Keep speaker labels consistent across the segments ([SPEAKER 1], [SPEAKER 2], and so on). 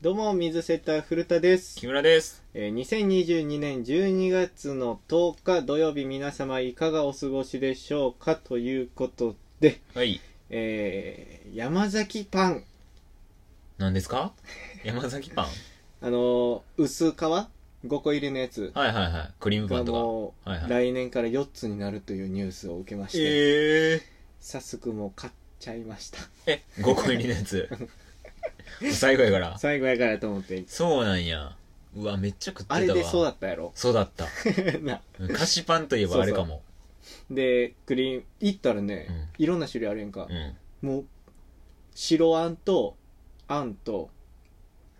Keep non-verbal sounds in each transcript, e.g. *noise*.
[SPEAKER 1] どうも、水瀬田古田です。
[SPEAKER 2] 木村です。
[SPEAKER 1] えー2022年12月の10日土曜日皆様いかがお過ごしでしょうかということで、
[SPEAKER 2] はい。
[SPEAKER 1] えー山崎パン、
[SPEAKER 2] 何で
[SPEAKER 1] *laughs*
[SPEAKER 2] すか山崎パン
[SPEAKER 1] あのー薄皮 ?5 個入りのやつ
[SPEAKER 2] はいはいはい。クリームパ
[SPEAKER 1] が
[SPEAKER 2] ンと
[SPEAKER 1] もう、
[SPEAKER 2] はいはい
[SPEAKER 1] 来年から4つになるというニュースを受けま
[SPEAKER 2] か。
[SPEAKER 1] して、
[SPEAKER 2] え
[SPEAKER 1] 早速もう買っちゃいました。
[SPEAKER 2] ー。え、5個入りのやつ。最後やから。
[SPEAKER 1] 最後やからと思って、
[SPEAKER 2] そうなんや。うわ、めっちゃ食ってたわ。
[SPEAKER 1] あれでそうだったやろ *laughs*
[SPEAKER 2] そうだった。
[SPEAKER 1] な
[SPEAKER 2] うん菓子パンといえばあれかも。
[SPEAKER 1] で、クリーム、いったらね、いろんな種類あるやんか。
[SPEAKER 2] う
[SPEAKER 1] もう白あんとあんと、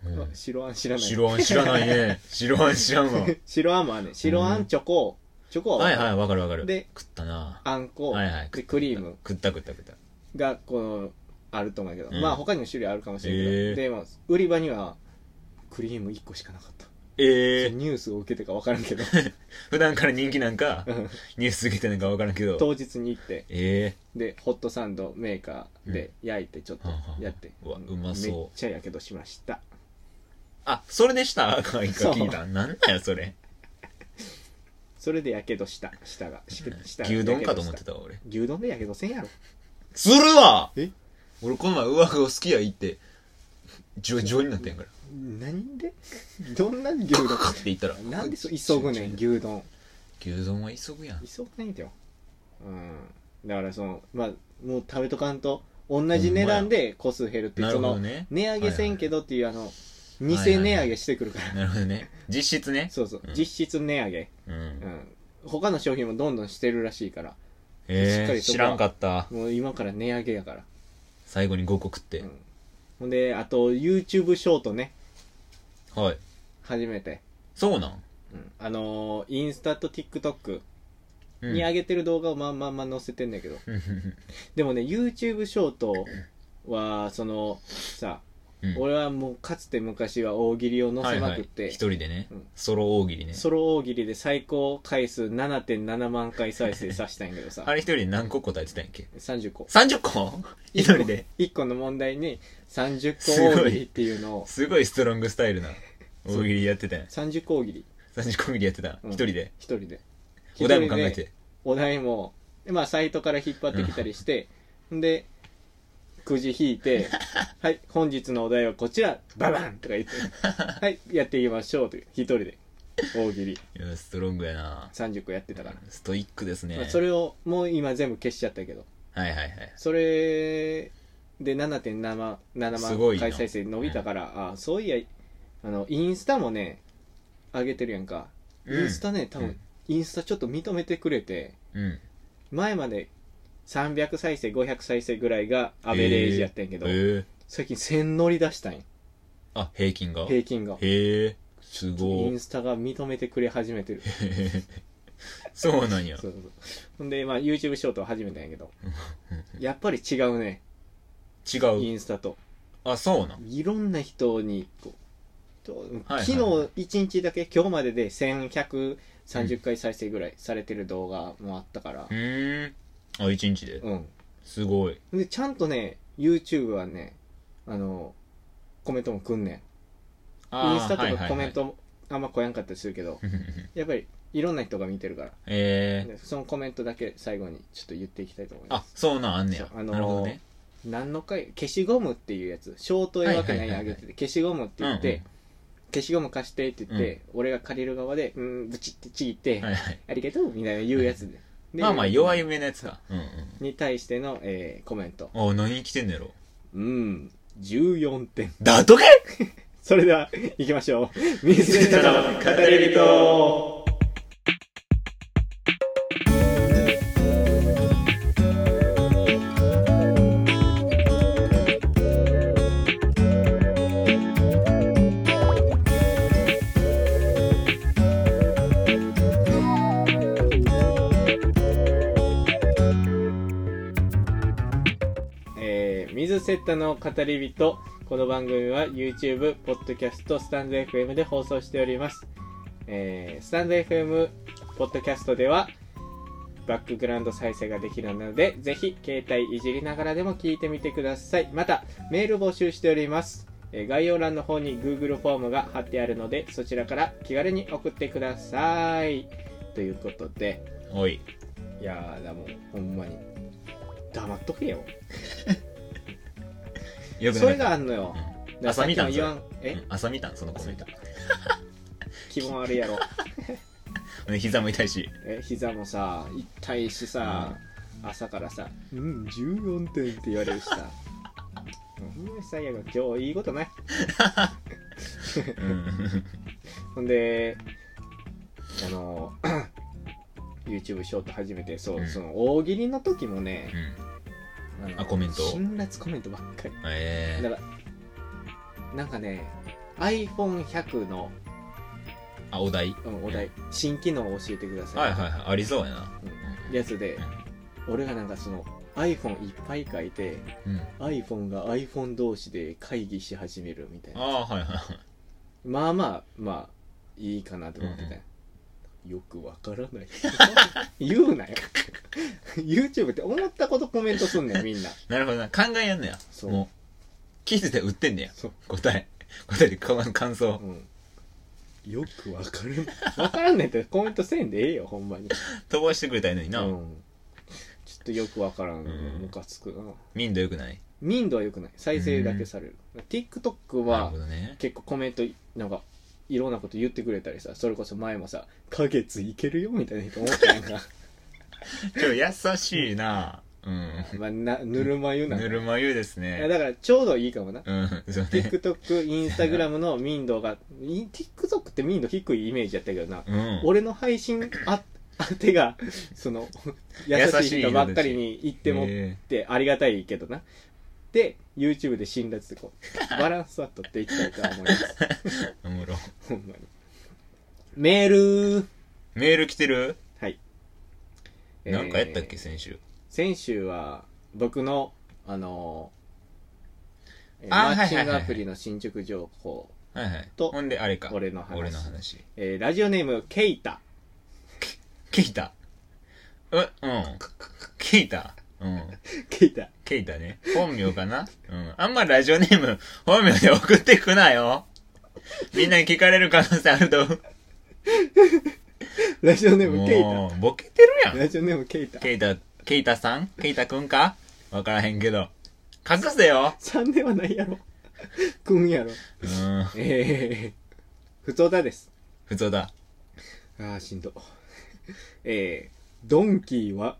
[SPEAKER 2] ん。うん
[SPEAKER 1] 白あん知らない
[SPEAKER 2] 白あん知らな
[SPEAKER 1] *laughs*
[SPEAKER 2] いね。白あん知らんわ。
[SPEAKER 1] 白あんもあんねん白あ
[SPEAKER 2] うんん
[SPEAKER 1] チョコチョコ
[SPEAKER 2] はいはい、
[SPEAKER 1] い、
[SPEAKER 2] わかるわかる。
[SPEAKER 1] で
[SPEAKER 2] 食ったな。
[SPEAKER 1] あんこ、
[SPEAKER 2] はいはい。
[SPEAKER 1] でクリーム
[SPEAKER 2] 食った食った食った。
[SPEAKER 1] がこのあると思うけど、
[SPEAKER 2] うん
[SPEAKER 1] まあ他にも種類あるかもしれないけど、
[SPEAKER 2] へー
[SPEAKER 1] でも売り場にはクリーム1個しかなかった、そ
[SPEAKER 2] ええ
[SPEAKER 1] の。ニュースを受けてか分からん
[SPEAKER 2] *laughs*
[SPEAKER 1] けど
[SPEAKER 2] 普段から人気なんか
[SPEAKER 1] う、ん
[SPEAKER 2] ニュース受けてなんかわからんけど。
[SPEAKER 1] 当日に行って
[SPEAKER 2] え
[SPEAKER 1] でホットサンドメーカーで焼いてちょっとやって、
[SPEAKER 2] うんはははうわうまそう
[SPEAKER 1] めっちゃやけどしました
[SPEAKER 2] え。あ、それでしたあかんか聞い
[SPEAKER 1] そ
[SPEAKER 2] た。なんだよ、それ。
[SPEAKER 1] それでやけどした舌がし舌が
[SPEAKER 2] 牛丼かと思っ
[SPEAKER 1] や
[SPEAKER 2] て
[SPEAKER 1] けどした
[SPEAKER 2] わ俺
[SPEAKER 1] 牛丼でやけどせんやろ
[SPEAKER 2] するわ
[SPEAKER 1] え
[SPEAKER 2] 俺この前上顎好きや行ってジョジョになってんから
[SPEAKER 1] なんで *laughs* どんな牛
[SPEAKER 2] カ
[SPEAKER 1] 丼
[SPEAKER 2] カって言ったら
[SPEAKER 1] なんでそう急ぐねん
[SPEAKER 2] 牛
[SPEAKER 1] 牛丼
[SPEAKER 2] 牛丼は急ぐやん
[SPEAKER 1] 急ぐねんてようんだからそのまあもう食べとかんと同じ値段で個数減るっていう
[SPEAKER 2] なる
[SPEAKER 1] そ
[SPEAKER 2] ほど
[SPEAKER 1] の
[SPEAKER 2] ね
[SPEAKER 1] 値上げせんけどっていうあの偽
[SPEAKER 2] はいはい
[SPEAKER 1] 値上げしてくるから
[SPEAKER 2] なるほどね実質ね
[SPEAKER 1] そうそう
[SPEAKER 2] うん
[SPEAKER 1] 実質値上げ
[SPEAKER 2] う
[SPEAKER 1] うんん他の商品もどんどんしてるらしいからしっか
[SPEAKER 2] え
[SPEAKER 1] り
[SPEAKER 2] ー
[SPEAKER 1] そこは
[SPEAKER 2] 知らんかった
[SPEAKER 1] もう今から値上げやから
[SPEAKER 2] 最後に5個食って
[SPEAKER 1] うんほんであと YouTube ショートね
[SPEAKER 2] はい
[SPEAKER 1] 初めて
[SPEAKER 2] そうなん
[SPEAKER 1] うんあのーインスタと TikTok
[SPEAKER 2] うん
[SPEAKER 1] に上げてる動画をまあまあまあ載せてんだけどでもね YouTube ショートはそのさ、
[SPEAKER 2] うん
[SPEAKER 1] 俺はもうかつて昔は大喜利を載せまくって、
[SPEAKER 2] はいはい一人でね
[SPEAKER 1] うん
[SPEAKER 2] ソロ大喜利ね
[SPEAKER 1] ソロ大喜利で最高回数7.7万回再生させたんやけどさ
[SPEAKER 2] あれ一人で何個答えてたんやっけ
[SPEAKER 1] 30個
[SPEAKER 2] 30個一人で
[SPEAKER 1] 1個の問題に30個大喜利っていうのを
[SPEAKER 2] すごいストロングスタイルな大喜利やってたんや
[SPEAKER 1] 30個大喜利
[SPEAKER 2] 30個切りやってた
[SPEAKER 1] うん
[SPEAKER 2] 一人で
[SPEAKER 1] 一人で
[SPEAKER 2] お題も考え
[SPEAKER 1] 一人で
[SPEAKER 2] て
[SPEAKER 1] お題もでまあサイトから引っ張ってきたりして、でくじ引い
[SPEAKER 2] *laughs*
[SPEAKER 1] て「はい本日のお題はこちらババン!」とか言って「
[SPEAKER 2] *laughs*
[SPEAKER 1] はいやっていきましょう」という一人で大喜利
[SPEAKER 2] いやストロングやな
[SPEAKER 1] 30個やってたから、
[SPEAKER 2] ストイックですね
[SPEAKER 1] まあ、それをもう今全部消しちゃったけど
[SPEAKER 2] はいはいはい
[SPEAKER 1] それで7.7 7
[SPEAKER 2] すご
[SPEAKER 1] 万
[SPEAKER 2] いな
[SPEAKER 1] 回再生伸びたから、あそういやあのインスタもね上げてるやんかイ
[SPEAKER 2] うん
[SPEAKER 1] ンスタね、多
[SPEAKER 2] う
[SPEAKER 1] 分
[SPEAKER 2] ん
[SPEAKER 1] インスタちょっと認めてくれて、
[SPEAKER 2] うん
[SPEAKER 1] 前まで300再生500再生ぐらいがアベレージやってんけど、
[SPEAKER 2] へえー
[SPEAKER 1] 最近1000乗り出したんや
[SPEAKER 2] あ平均が
[SPEAKER 1] 平均が
[SPEAKER 2] へえす
[SPEAKER 1] イ
[SPEAKER 2] ご
[SPEAKER 1] ン
[SPEAKER 2] い
[SPEAKER 1] スタが認めてくれ始めてる
[SPEAKER 2] *laughs* そうなんや
[SPEAKER 1] そうそうそうほんで、まあ、YouTube ショートは始めたんやけ
[SPEAKER 2] *laughs*
[SPEAKER 1] どやっぱり違うね
[SPEAKER 2] 違
[SPEAKER 1] イ
[SPEAKER 2] う
[SPEAKER 1] ンスタと
[SPEAKER 2] あそうなん
[SPEAKER 1] いろんな人にこうと
[SPEAKER 2] はいはい
[SPEAKER 1] 昨日1日だけ今日までで1130回再生ぐらいされてる動画もあったから
[SPEAKER 2] うーんあ一日で
[SPEAKER 1] うん、
[SPEAKER 2] すごい
[SPEAKER 1] でちゃんとね YouTube はねあのコメントもくんねん
[SPEAKER 2] あー
[SPEAKER 1] インスタと
[SPEAKER 2] はいはいは
[SPEAKER 1] か
[SPEAKER 2] い
[SPEAKER 1] コメントあんま来やんかったりするけど、
[SPEAKER 2] *laughs*
[SPEAKER 1] やっぱりいろんな人が見てるから、
[SPEAKER 2] ええ
[SPEAKER 1] でそのコメントだけ最後にちょっと言っていきたいと思いま
[SPEAKER 2] あ
[SPEAKER 1] す。
[SPEAKER 2] そうなんあんねや
[SPEAKER 1] そうあのー
[SPEAKER 2] なるほどね
[SPEAKER 1] 何の回消しゴムっていうやつ、ショート絵わけない
[SPEAKER 2] はいはいはい
[SPEAKER 1] あ
[SPEAKER 2] はい
[SPEAKER 1] げてて、消しゴムって言っ
[SPEAKER 2] うんう
[SPEAKER 1] て
[SPEAKER 2] ん、
[SPEAKER 1] 消しゴム貸してって言って、俺が借りる側で、うーん、ブチってちぎって、
[SPEAKER 2] はいはい
[SPEAKER 1] ありがとうみたいな言うやつで。で
[SPEAKER 2] まあまあ弱い。目のやつかうんうん
[SPEAKER 1] に対しての、えーコメント。
[SPEAKER 2] あ何着てんのやろ
[SPEAKER 1] うん、14点。
[SPEAKER 2] だとかい
[SPEAKER 1] それでは、行きまし
[SPEAKER 2] *laughs*
[SPEAKER 1] ょう。水下の語り人。えー、水セッタの語り人この番組は YouTube、ポッドキャスト、スタンド FM で放送しております、えー、スタンド FM、ポッドキャストではバックグラウンド再生ができるのでぜひ携帯いじりながらでも聞いてみてくださいまたメール募集しておりますえー概要欄の方に Google フォームが貼ってあるのでそちらから気軽に送ってくださいということで
[SPEAKER 2] おい
[SPEAKER 1] いやーだもうほんまに黙っとけよ
[SPEAKER 2] よく
[SPEAKER 1] そ
[SPEAKER 2] な
[SPEAKER 1] れ
[SPEAKER 2] い
[SPEAKER 1] があんのよ
[SPEAKER 2] うん朝見た
[SPEAKER 1] さ
[SPEAKER 2] ん
[SPEAKER 1] っきの言わんえ
[SPEAKER 2] うん朝見たんそのコメント
[SPEAKER 1] 気分悪いや
[SPEAKER 2] *laughs*
[SPEAKER 1] ろ
[SPEAKER 2] ね膝も痛いし
[SPEAKER 1] え膝もさ痛いしさ、朝からさ「うん14点」って言われるしさうん最悪今日いいことない
[SPEAKER 2] うん
[SPEAKER 1] ほんであの *coughs* YouTube ショート始めてそう、
[SPEAKER 2] うん
[SPEAKER 1] その大喜利の時もね
[SPEAKER 2] う、ん
[SPEAKER 1] あの
[SPEAKER 2] あコメント
[SPEAKER 1] 辛辣コメントばっかり
[SPEAKER 2] え
[SPEAKER 1] だ
[SPEAKER 2] え
[SPEAKER 1] からなんかね iPhone100 の、
[SPEAKER 2] あお題
[SPEAKER 1] うんお題新機能を教えてくださ
[SPEAKER 2] はい
[SPEAKER 1] い、
[SPEAKER 2] はいはいありそうやな
[SPEAKER 1] うんやつで俺がなんかその iPhone いっぱい書いて
[SPEAKER 2] うん
[SPEAKER 1] iPhone が iPhone 同士で会議し始めるみたい
[SPEAKER 2] あ
[SPEAKER 1] な
[SPEAKER 2] あはいはい
[SPEAKER 1] まあまあまあいいかなと思ってたよ、よくわからない言うなよ YouTube って思ったことコメントすんねんみんな
[SPEAKER 2] なるほどな考えやんのや
[SPEAKER 1] そう
[SPEAKER 2] もう聞いてて売ってんねや
[SPEAKER 1] そう
[SPEAKER 2] 答え *laughs* 答えでか感想
[SPEAKER 1] うん、よくわからんわからんねんってコメントせんでええよほんまに
[SPEAKER 2] 飛ばしてくれたらいいのにな、
[SPEAKER 1] うん、ちょっとよくわからん
[SPEAKER 2] ん
[SPEAKER 1] ムカつくな
[SPEAKER 2] 民度良くない
[SPEAKER 1] 民度は良くない再生だけされる TikTok
[SPEAKER 2] なる
[SPEAKER 1] は
[SPEAKER 2] ほどね
[SPEAKER 1] 結構コメントなんかいろんなこと言ってくれたりさそれこそ前もさ「花月いけるよ」みたいな人思ってなん
[SPEAKER 2] *laughs*
[SPEAKER 1] か
[SPEAKER 2] ちょ優しいなうん
[SPEAKER 1] まあなぬるま湯な
[SPEAKER 2] ぬ
[SPEAKER 1] の
[SPEAKER 2] るま湯です
[SPEAKER 1] いや
[SPEAKER 2] ね
[SPEAKER 1] だからちょうどいいかもな
[SPEAKER 2] うんそうね
[SPEAKER 1] TikTok インスタグラムの民度がい TikTok って民度低いイメージやったけどな
[SPEAKER 2] うん
[SPEAKER 1] 俺の配信あ当てがその優しい人ばっかりに言っても
[SPEAKER 2] え
[SPEAKER 1] ってありがたいけどなで YouTube で辛辣でこうバランスは取っていきたいとは思います
[SPEAKER 2] えおもろ
[SPEAKER 1] ほんまにメール
[SPEAKER 2] メール来てる
[SPEAKER 1] はい
[SPEAKER 2] なんかやったっ
[SPEAKER 1] え
[SPEAKER 2] け
[SPEAKER 1] ー
[SPEAKER 2] 先週
[SPEAKER 1] 先週は僕のあのーえー
[SPEAKER 2] あー
[SPEAKER 1] マッチ
[SPEAKER 2] は
[SPEAKER 1] ン
[SPEAKER 2] い
[SPEAKER 1] グ
[SPEAKER 2] はいはい
[SPEAKER 1] アプリの進捗情報
[SPEAKER 2] はいはい
[SPEAKER 1] と
[SPEAKER 2] ほんであれか
[SPEAKER 1] 俺の話
[SPEAKER 2] 俺の話
[SPEAKER 1] えーラジオネームケイタ
[SPEAKER 2] ケイタえうんケイタうん
[SPEAKER 1] ケイタ
[SPEAKER 2] ケイタね。本名かなうん。あんまラジオネーム、本名で送ってくなよ。みんなに聞かれる可能性あると思う。
[SPEAKER 1] ラジオネームケイタ
[SPEAKER 2] もう、ボケてるやん。
[SPEAKER 1] ラジオネームケイタ
[SPEAKER 2] ケイタ、ケイタさんケイタくんかわからへんけど。隠せよ。
[SPEAKER 1] 3ではないやろくんやろ
[SPEAKER 2] うん。
[SPEAKER 1] えー、不当だです
[SPEAKER 2] 普通だ。 *laughs*
[SPEAKER 1] ああしんどえー、ドンキーは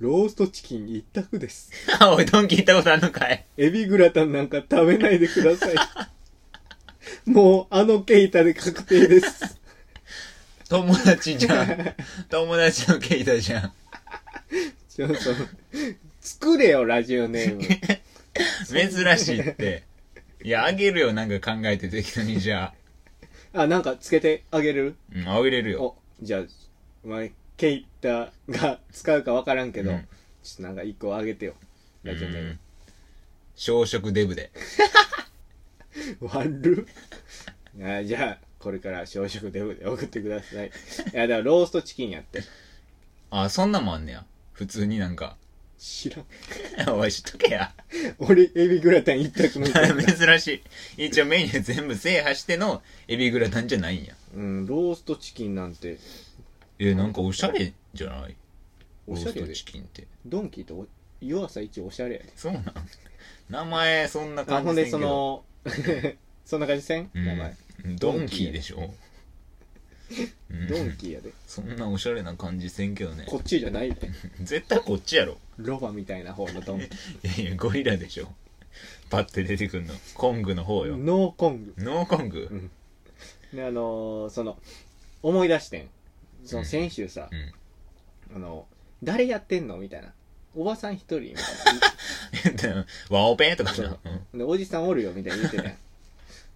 [SPEAKER 1] ローストチキン一択です
[SPEAKER 2] あ、おい、ドンキ行ったことあんのかい。
[SPEAKER 1] エビグラタンなんか食べないでください *laughs* もうあのケイタで確定です *laughs*
[SPEAKER 2] 友達じゃん。 *laughs* 友達のケイタじゃん。
[SPEAKER 1] ちょっと作れよラジオネ
[SPEAKER 2] *laughs*
[SPEAKER 1] ーム
[SPEAKER 2] 珍しいって。いや、あげるよ、なんか考えて適当にじゃあ。
[SPEAKER 1] あなんかつけてあげる
[SPEAKER 2] うん、あげれるよ。
[SPEAKER 1] おじゃあお前ケイタが使うかわからんけど、
[SPEAKER 2] うん
[SPEAKER 1] ちょっとなんか一個あげてよラジオネーム
[SPEAKER 2] 小食デブで。
[SPEAKER 1] 悪っあじゃあこれから朝食で送ってくださいいやだからローストチキンやって
[SPEAKER 2] あ、そんなんもあんねや。普通になんか。 *laughs*
[SPEAKER 1] 知らん
[SPEAKER 2] おい、しとけや。 *laughs*
[SPEAKER 1] 俺エビグラタン一択の
[SPEAKER 2] 珍しい。一応メニュー全部制覇してのエビグラタンじゃないんや。
[SPEAKER 1] うんローストチキンなんて
[SPEAKER 2] え、なんかおしゃれじゃない
[SPEAKER 1] おしゃれ
[SPEAKER 2] ロース
[SPEAKER 1] で
[SPEAKER 2] トチキンって。
[SPEAKER 1] ドンキーとお湯浅一おしゃれやで
[SPEAKER 2] そうなん名前、そんな
[SPEAKER 1] あ
[SPEAKER 2] 感
[SPEAKER 1] ほ
[SPEAKER 2] じ
[SPEAKER 1] んで
[SPEAKER 2] せんけ
[SPEAKER 1] そ
[SPEAKER 2] ど。
[SPEAKER 1] の *laughs* そんな感じせん、
[SPEAKER 2] うん
[SPEAKER 1] 名前
[SPEAKER 2] ドンキーでしょ。うん
[SPEAKER 1] ドンキーやで
[SPEAKER 2] そんなおしゃれな感じせんけどね。
[SPEAKER 1] こっちじゃないで
[SPEAKER 2] 絶対こっちやろ。
[SPEAKER 1] ロバみたいな方のドンキ
[SPEAKER 2] いやいや、ゴリラでしょ。パッて出てくんの。コングの方よ。
[SPEAKER 1] ノーコング
[SPEAKER 2] ノーコング
[SPEAKER 1] うんであのーその思い出してんその先週さ、
[SPEAKER 2] うん。
[SPEAKER 1] あの誰やってんのみたいなおばさん一人みたいな
[SPEAKER 2] えっとワオペーとか
[SPEAKER 1] そ
[SPEAKER 2] な
[SPEAKER 1] う。で、おじさんおるよ、みたいに言ってたやん。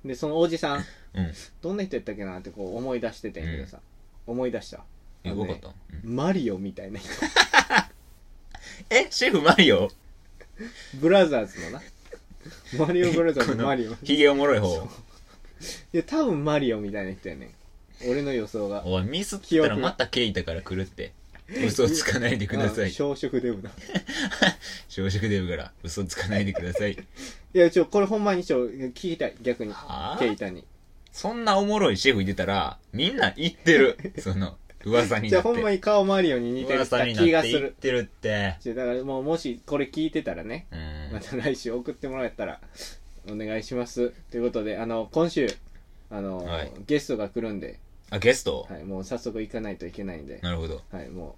[SPEAKER 1] で、そのおじさん、
[SPEAKER 2] うん。うん
[SPEAKER 1] どんな人やったっけなってこう思い出してたんやけどさ、思い出したわ。
[SPEAKER 2] え。
[SPEAKER 1] あ
[SPEAKER 2] 動
[SPEAKER 1] の
[SPEAKER 2] か
[SPEAKER 1] ね
[SPEAKER 2] ったうん
[SPEAKER 1] マリオみたいな人。
[SPEAKER 2] え、シェフマリオ
[SPEAKER 1] ブラザーズのな。マリオブラ
[SPEAKER 2] *laughs*
[SPEAKER 1] ザーズのマリオ。い
[SPEAKER 2] ヒゲおもろい方。
[SPEAKER 1] や、多分マリオみたいな人やねん。俺の予想が。
[SPEAKER 2] おい、ミスったらまたケイタから来るって。嘘つかないでくださ
[SPEAKER 1] あ
[SPEAKER 2] い。
[SPEAKER 1] 小食デブな。 *laughs*
[SPEAKER 2] 小食デブから嘘つかないでください。
[SPEAKER 1] いいや、ちょ、これほんまにちょ、聞きたい、逆に。
[SPEAKER 2] はぁ
[SPEAKER 1] ケイタに。
[SPEAKER 2] そんなおもろいシェフいてたら、みんな言っ
[SPEAKER 1] *laughs*
[SPEAKER 2] てる。その、噂に
[SPEAKER 1] じゃあ
[SPEAKER 2] なって。
[SPEAKER 1] ほんまに顔マリオに似てる
[SPEAKER 2] 噂になっ
[SPEAKER 1] 気が
[SPEAKER 2] て
[SPEAKER 1] す
[SPEAKER 2] 言っ
[SPEAKER 1] る。
[SPEAKER 2] てるって。
[SPEAKER 1] ちょだからもうもしこれ聞いてたらね、
[SPEAKER 2] うん
[SPEAKER 1] ま。た来週送ってもらえたら、お願いします。ということで、あの、今週、あの、
[SPEAKER 2] はい
[SPEAKER 1] ゲストが来るんで、
[SPEAKER 2] あ、ゲスト、
[SPEAKER 1] はい、もう早速行かないといけないんで、
[SPEAKER 2] なるほど。
[SPEAKER 1] はい、も